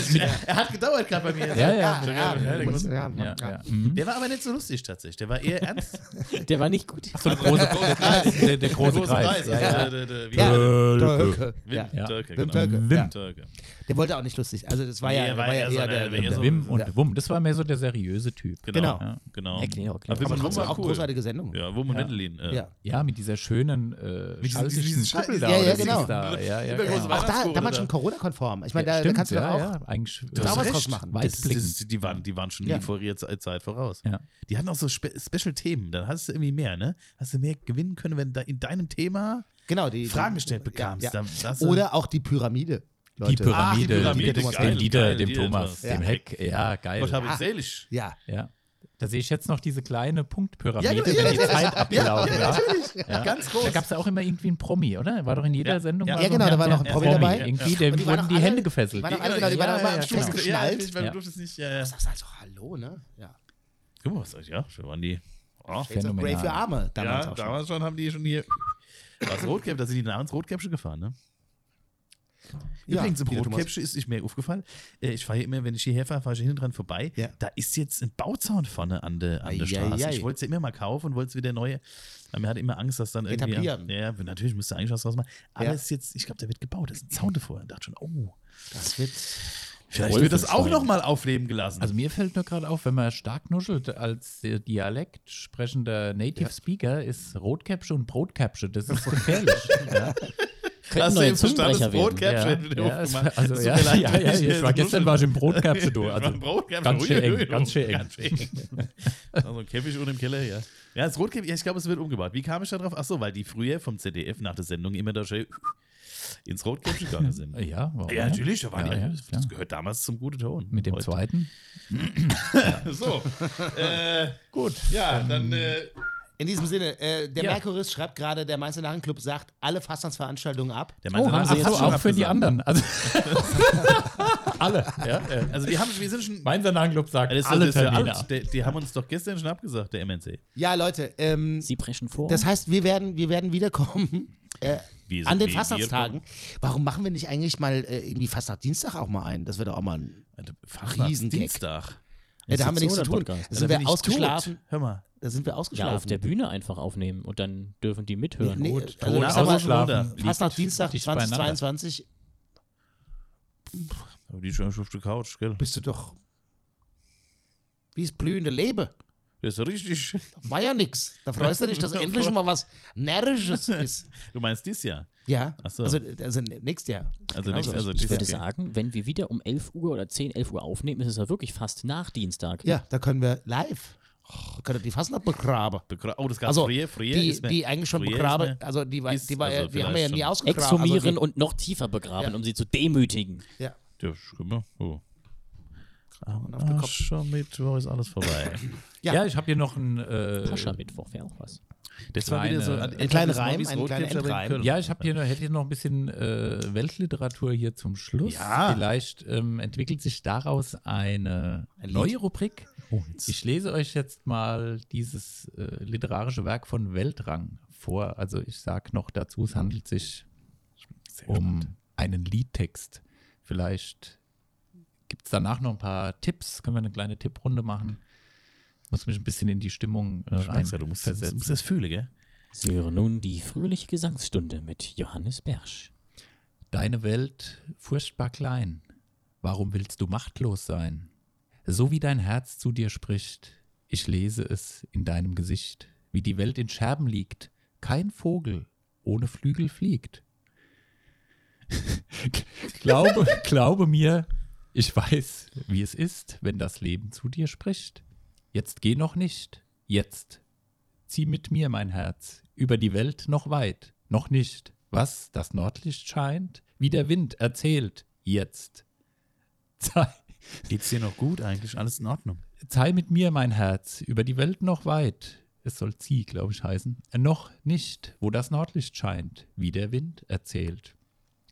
Er hat gedauert gerade bei mir.
Ja,
Ja,
ja.
ja, der große-
ja,
ja,
ja.
ja. Mhm.
Der war aber nicht so lustig tatsächlich. Der war eher ernst.
Der war nicht gut.
So der
<laughs>
große, der, der große Kreis.
Ja,
Ja,
ja.
ja.
Der, der, der, wie
Ja.
heißt der?
Äh,
Tölke.
Wim
Ja.
Tölke,
Wim
genau.
Tölke,
Wim
ja.
Tölke.
Der wollte auch nicht lustig. Also das war ja,
Nee,
war ja
so
eher
einer,
der,
der eher so-
Wim und
Also, Ja.
Wum, das war mehr so der seriöse Typ.
Genau.
Genau.
Ja, genau.
Ja, klar, klar.
Aber Wim
aber
und Wum
trotzdem
war
auch
cool.
großartige Sendung.
Ja, Wum und Nettelin. äh,
Ja.
Ja, mit dieser schönen äh,
diesem-
schaltischen
diesem
Schabbel
Ja, ja,
oder
genau.
dieses Da. Ja, ja,
Übergroße
ja.
Also, Auch da,
Weihnachtskuchen,
damals
oder?
schon Corona-konform. Ich meine, da,
Stimmt,
da kannst du
ja,
doch auch.
ja. Eigentlich
Du hast
was
recht.
draus machen.
Das,
Weitblicken.
das, die, waren, die waren schon
Ja.
nie vor ihrer Ze- Zeit voraus.
Ja.
Die hatten auch so spe Special-Themen. Dann hast du irgendwie mehr, ne? Hast du mehr gewinnen können, wenn da in deinem Thema
Genau, die
Fragen gestellt
ja,
bekamst.
ja.
Dann- das-
Oder auch die Pyramide. Leute.
Die
Ach, die
Pyramide,
Pyramide,
die-
geil,
den Dieter,
geil,
dem
Dieter,
Thomas,
Thomas.
dem
Ja.
Heck. Ja, geil.
Gott habe ich selig.
Ja.
Ja. Da sehe ich jetzt noch diese kleine
Ja,
Punktpyramide,
genau, ja,
wenn die
ja,
Zeit abgelaufen war.
Ganz groß.
Da gab es ja auch immer irgendwie einen Promi, oder? War doch in jeder
Ja.
Sendung.
Ja,
war
genau, da war noch ein Promi dabei.
Irgendwie,
Ja.
dem
Und die waren
wurden
auch
die
alle-
Hände gefesselt.
die waren auch alle- die waren
ja,
auch immer
ja,
am Schluss
genau.
geschnallt.
Ja, weil
Ja.
du durftest nicht. Äh,
Das ist also Hallo, ne? Ja.
guck mal, was sag ich, ja, schön waren die. Oh,
Jetzt auch Brave
Phänomenal.
für Arme damals
ja,
auch schon.
damals schon haben die schon hier. Was Rotcap, da sind die namens Rotcapsche gefahren, ne?
Ja,
Übrigens, im
Peter Thomas.
Rotcapsche ist ich mir aufgefallen. äh, Ich fahre hier immer, wenn ich hierher fahre, fahre ich hinten dran vorbei.
Ja.
Da ist jetzt ein Bauzaun vorne an der, an der
Eieiei.
Straße. Ich wollte es ja immer mal kaufen und wollte es wieder neue. Aber mir hatte immer Angst, dass dann irgendwie.
Etablieren.
Ja, ja, natürlich müsste eigentlich was draus machen. Aber
Ja.
es ist jetzt, ich glaube, da wird gebaut. Da ist ein Zaun davor. Ich dachte schon, oh,
Das wird.
vielleicht
Wolf
wird das
ist
auch
rein.
nochmal aufleben gelassen.
Also mir fällt nur gerade auf, wenn man stark nuschelt als äh, Dialekt sprechender Native Speaker, ist Rotcapsche und Brotcapsche. Das
<laughs>
ist gefährlich. ja,
Könnten neue Zungenbrecher werden.
ja,
Rotcapsche.
ja, es- also ja, ja, ja, ich war gestern war <laughs> ich im Brotcapsche du. Also ganz schön eng, ganz schön eng.
Also ein Käfig und im Keller, ja. Ja, das Rotkäppchen, ja, ich glaube, es wird umgebaut. Wie kam ich da drauf? Ach so, weil die früher vom ZDF nach der Sendung immer da schön ins Rotkäppchen gegangen sind.
Ja, warum?
Ja, natürlich, da waren
Ja,
die,
ja,
das
klar.
gehört damals zum guten Ton.
Mit dem
Heute.
zweiten.
<laughs> So. äh, Gut. Ja, dann. Äh,
In diesem Sinne, äh, der
Ja.
Merkurist schreibt gerade, der Mainzer Narrenclub sagt alle Fastnachtsveranstaltungen ab.
der
Oh, haben
Mainzer
sie
Nachricht-
jetzt
Ach so,
auch für die
abgesagt.
anderen. Also, <laughs> alle. Ja, äh,
Also, wir, haben, wir sind schon.
mein Sananclub sagt
Das ist doch-
alle
das ist ja
Termine
alt.
ab.
Der- Äh, Die haben uns doch gestern schon abgesagt, der MNC.
Ja, Leute, ähm,
Sie brechen vor.
das heißt, wir werden, wir werden wiederkommen <laughs> äh,
Wir sind-
an den
wir-
Fastnachtstagen. Warum machen wir nicht eigentlich mal äh, irgendwie Fastnachtdienstag auch mal ein? Das wäre doch auch mal ein.
Fastnacht-
Riesengag.
Dienstag.
Äh, da
ist
haben wir
jetzt
nichts
so
zu
der
tun. Da
Podcast.
sind
Da bin
wir
ich
ausgeschlafen.
tot. Hör mal.
Da sind wir
ja, auf
ausgeschlafen.
der Bühne einfach aufnehmen und dann dürfen die mithören.
Nee,
Gut.
also
Drohnen
ich sag mal,
Genau. ausgeschlafen.
Fastnachtdienstag
Dicht beieinander.
2022
Aber die ist schon auf der Couch, gell?
bist du doch wie es blühende Lebe.
Das ist richtig.
War ja nix. Da freust du dich, dass endlich mal was Närrisches ist.
Du meinst dies Jahr?
Ja,
Ach so.
also, also nächstes Jahr.
Also, nächstes- also
Ich
dieses
würde
Jahr.
sagen, wenn wir wieder um 11 Uhr oder 10, 11 Uhr aufnehmen, ist es ja wirklich fast nach Dienstag.
Ja, da können wir live. Da können wir die Fastnacht begraben.
Begra oh, das gab
Also,
früher, früher
die,
ist mir-
die eigentlich schon
früher ist
begraben,
mir-
also die, war-
ist-
die, war,
also
ja- die haben wir ja
vielleicht
nie
schon.
ausgegraben.
Exhumieren
Also
und noch tiefer begraben,
Ja. Äh.
um sie zu demütigen.
die, ja.
Ja, schon mal. Oh.
Und auf den
Ach,
Kopf.
schon Mittwoch ist alles <laughs> vorbei.
Ja.
Ja, ich habe hier noch ein. Äh,
Pascha-Mittwoch wäre auch was.
Das war wieder so
Kleine-
ein,
Ein kleiner Reim, ein kleiner Endreim.
Ja, ich habe hier noch, hätte hier noch ein bisschen äh, Weltliteratur hier zum Schluss.
Ja.
Vielleicht ähm, entwickelt sich daraus eine
Lied.
neue Rubrik.
Oh,
Ich lese euch jetzt mal dieses äh, literarische Werk von Weltrang vor. Also ich sage noch dazu, es handelt sich um einen Liedtext. Vielleicht gibt es danach noch ein paar Tipps. Können wir eine kleine Tipprunde machen? Muss mich ein bisschen in die Stimmung äh,
Ich weiß ja, du musst, das-
reinversetzen.
musst das fühlen, gell?
Sie hören nun die fröhliche Gesangsstunde mit Johannes Bersch.
Deine Welt furchtbar klein. Warum willst du machtlos sein? So wie dein Herz zu dir spricht, ich lese es in deinem Gesicht, wie die Welt in Scherben liegt, kein Vogel ohne Flügel fliegt. <laughs> glaube, glaube mir, ich weiß, wie es ist, wenn das Leben zu dir spricht. Jetzt geh noch nicht, jetzt Zieh mit mir, mein Herz, über die Welt noch weit, noch nicht, was das Nordlicht scheint, wie der Wind erzählt, jetzt. <laughs> Zei,
Geht's dir noch gut eigentlich? Alles in Ordnung?
zei mit mir, mein Herz, über die Welt noch weit, es soll zieh, glaube ich, heißen, Äh, noch nicht, wo das Nordlicht scheint, wie der Wind erzählt.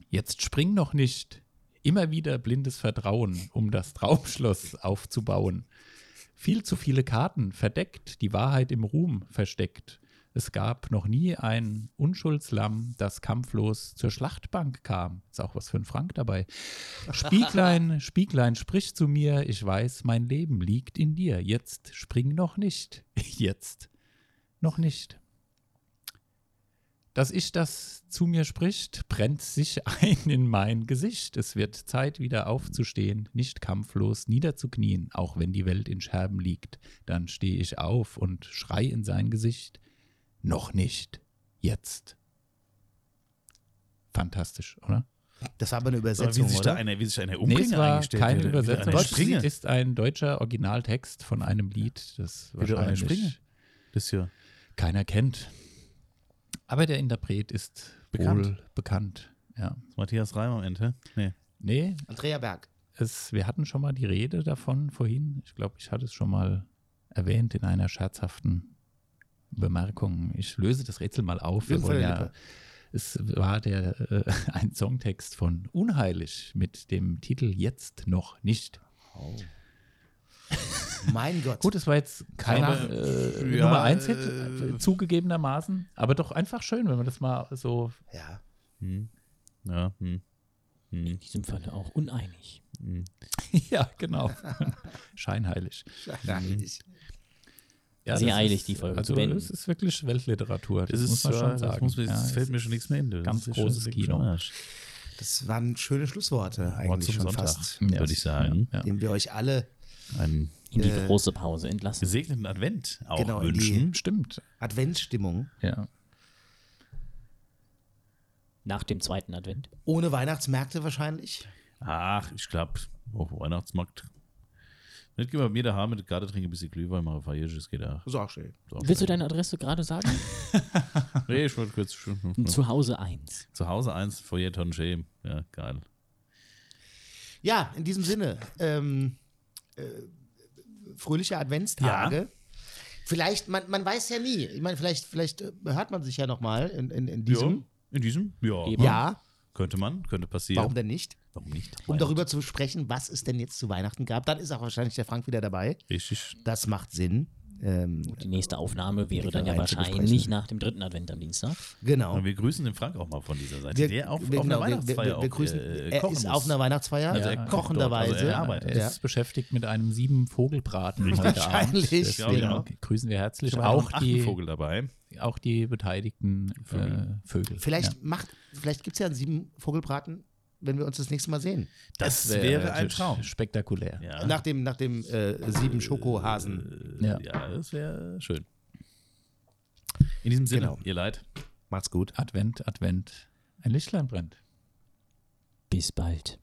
Jetzt spring noch nicht, immer wieder blindes Vertrauen, um das Traumschloss aufzubauen. Viel zu viele Karten, verdeckt, die Wahrheit im Ruhm versteckt. Es gab noch nie ein Unschuldslamm, das kampflos zur Schlachtbank kam. Ist auch was für ein Frank dabei. Spieglein, Spieglein, sprich zu mir. Ich weiß, mein Leben liegt in dir. Jetzt spring noch nicht. <laughs> Jetzt noch nicht. Dass ich das zu mir spricht, brennt sich <laughs> ein in mein Gesicht. Es wird Zeit, wieder aufzustehen, nicht kampflos niederzuknien, auch wenn die Welt in Scherben liegt. Dann stehe ich auf und schrei in sein Gesicht. Noch nicht. Jetzt. Fantastisch, oder?
Das war aber eine
Aber
Übersetzung,
wie sich da
oder?
einer, wie sich einer
Nee,
Umbringer
es war
eingestellt
keine
hätte.
Übersetzung.
Einer
Es
Springe.
ist ein deutscher Originaltext von einem Lied, das
Wieder eine Springe.
wahrscheinlich
Das hier.
keiner kennt. Aber der Interpret ist
Bekannt.
wohl bekannt. Ja.
Das ist Matthias Reim am Ende. hä? Nee.
Nee,
Andrea Berg.
es, wir hatten schon mal die Rede davon vorhin. Ich glaube, ich hatte es schon mal erwähnt in einer scherzhaften Bemerkung. Ich löse das Rätsel mal auf. Wir
Jürgen von
wollen
der
ja,
Lippe.
es war der, äh, <laughs> ein Songtext von Unheilig mit dem Titel Jetzt noch nicht.
Mein Gott.
Gut, es war jetzt kein
Aber,
äh,
ja,
Nummer 1 Hit,
äh,
äh, zugegebenermaßen, aber doch einfach schön, wenn man das mal so. <laughs>
Ja.
Hm. Ja, hm.
In diesem Falle auch uneinig.
ja,
<laughs>
genau. Scheinheilig. Ja,
Sehr
das
eilig,
ist-
die Folge
Also,
zu beenden.
es ist wirklich Weltliteratur. Das,
Das, ist,
muss man schon
äh,
sagen.
Das, muss man,
Ja,
das
es
fällt mir
ist-
schon nichts mehr in. Das
ganz
ist
großes
schon
Kino.
am Arsch.
Das waren schöne Schlussworte
Wort
eigentlich
zum
schon
Sonntag,
fast.
Ja,
würde ich sagen.
Ja.
Indem wir euch alle
Einen
In die
Äh,
große Pause entlassen.
gesegneten Advent auch
Genau, in die-
wünschen.
Stimmt.
Adventsstimmung
Ja.
Nach dem zweiten Advent.
ohne Weihnachtsmärkte wahrscheinlich.
Ach, ich glaube, auf dem Weihnachtsmarkt. Nicht gehen wir bei mir daheim mit der Karte trinken, ein bisschen Glühwein, mal Feiertisch, das geht auch.
Ist auch schön.
So.
Willst du deine Adresse gerade sagen?
Nee, ich wollte kurz. Zu,
Hm.
Zu Hause 1.
zu Hause eins, Feuilleton Shame. Ja, geil.
Ja, in diesem Sinne. Ähm, äh, fröhliche Adventstage. Vielleicht, man, man weiß ja nie. Ich meine, vielleicht, vielleicht äh, hört man sich ja nochmal in, in, in diesem
Ja, in diesem? Ja.
Eben.
Jahr.
Könnte man, könnte passieren.
Warum denn nicht?
Warum nicht?
Um darüber zu sprechen, was es denn jetzt zu Weihnachten gab. Dann ist auch wahrscheinlich der Frank wieder dabei.
Richtig.
Das macht Sinn. Ähm,
Die nächste Aufnahme wäre dann ja
Rein zu
wahrscheinlich
besprechen.
nach dem dritten Advent am Dienstag.
genau.
Und wir grüßen den Frank auch mal von dieser Seite. der auf,
wir-
auf einer
genau, wir-
Weihnachtsfeier
wir, wir, wir grüßen,
auch, äh,
Er
kochen
ist
muss.
auf einer Weihnachtsfeier,
Also er
ja,
kocht dort,
kochenderweise.
also er
Er
arbeitet.
Ja.
ist beschäftigt mit einem sieben Vogelbraten heute Abend.
Wahrscheinlich,
Deswegen
genau.
grüßen wir herzlich
Wir haben
auch
noch einen
die,
Vogel dabei.
auch die beteiligten Vögel. Äh, Vögel.
Vielleicht
Ja.
macht, vielleicht gibt es ja einen sieben Vogelbraten, wenn wir uns das nächste Mal sehen.
Das, wäre ein
natürlich
Traum.
äh, Spektakulär.
Ja,
Nach dem, nach dem äh, sieben Schokohasen.
Ja.
ja das wäre schön. In diesem Sinne,
Genau.
ihr Leid.
Macht's gut.
Advent, Advent. Ein Lichtlein brennt.
Bis bald.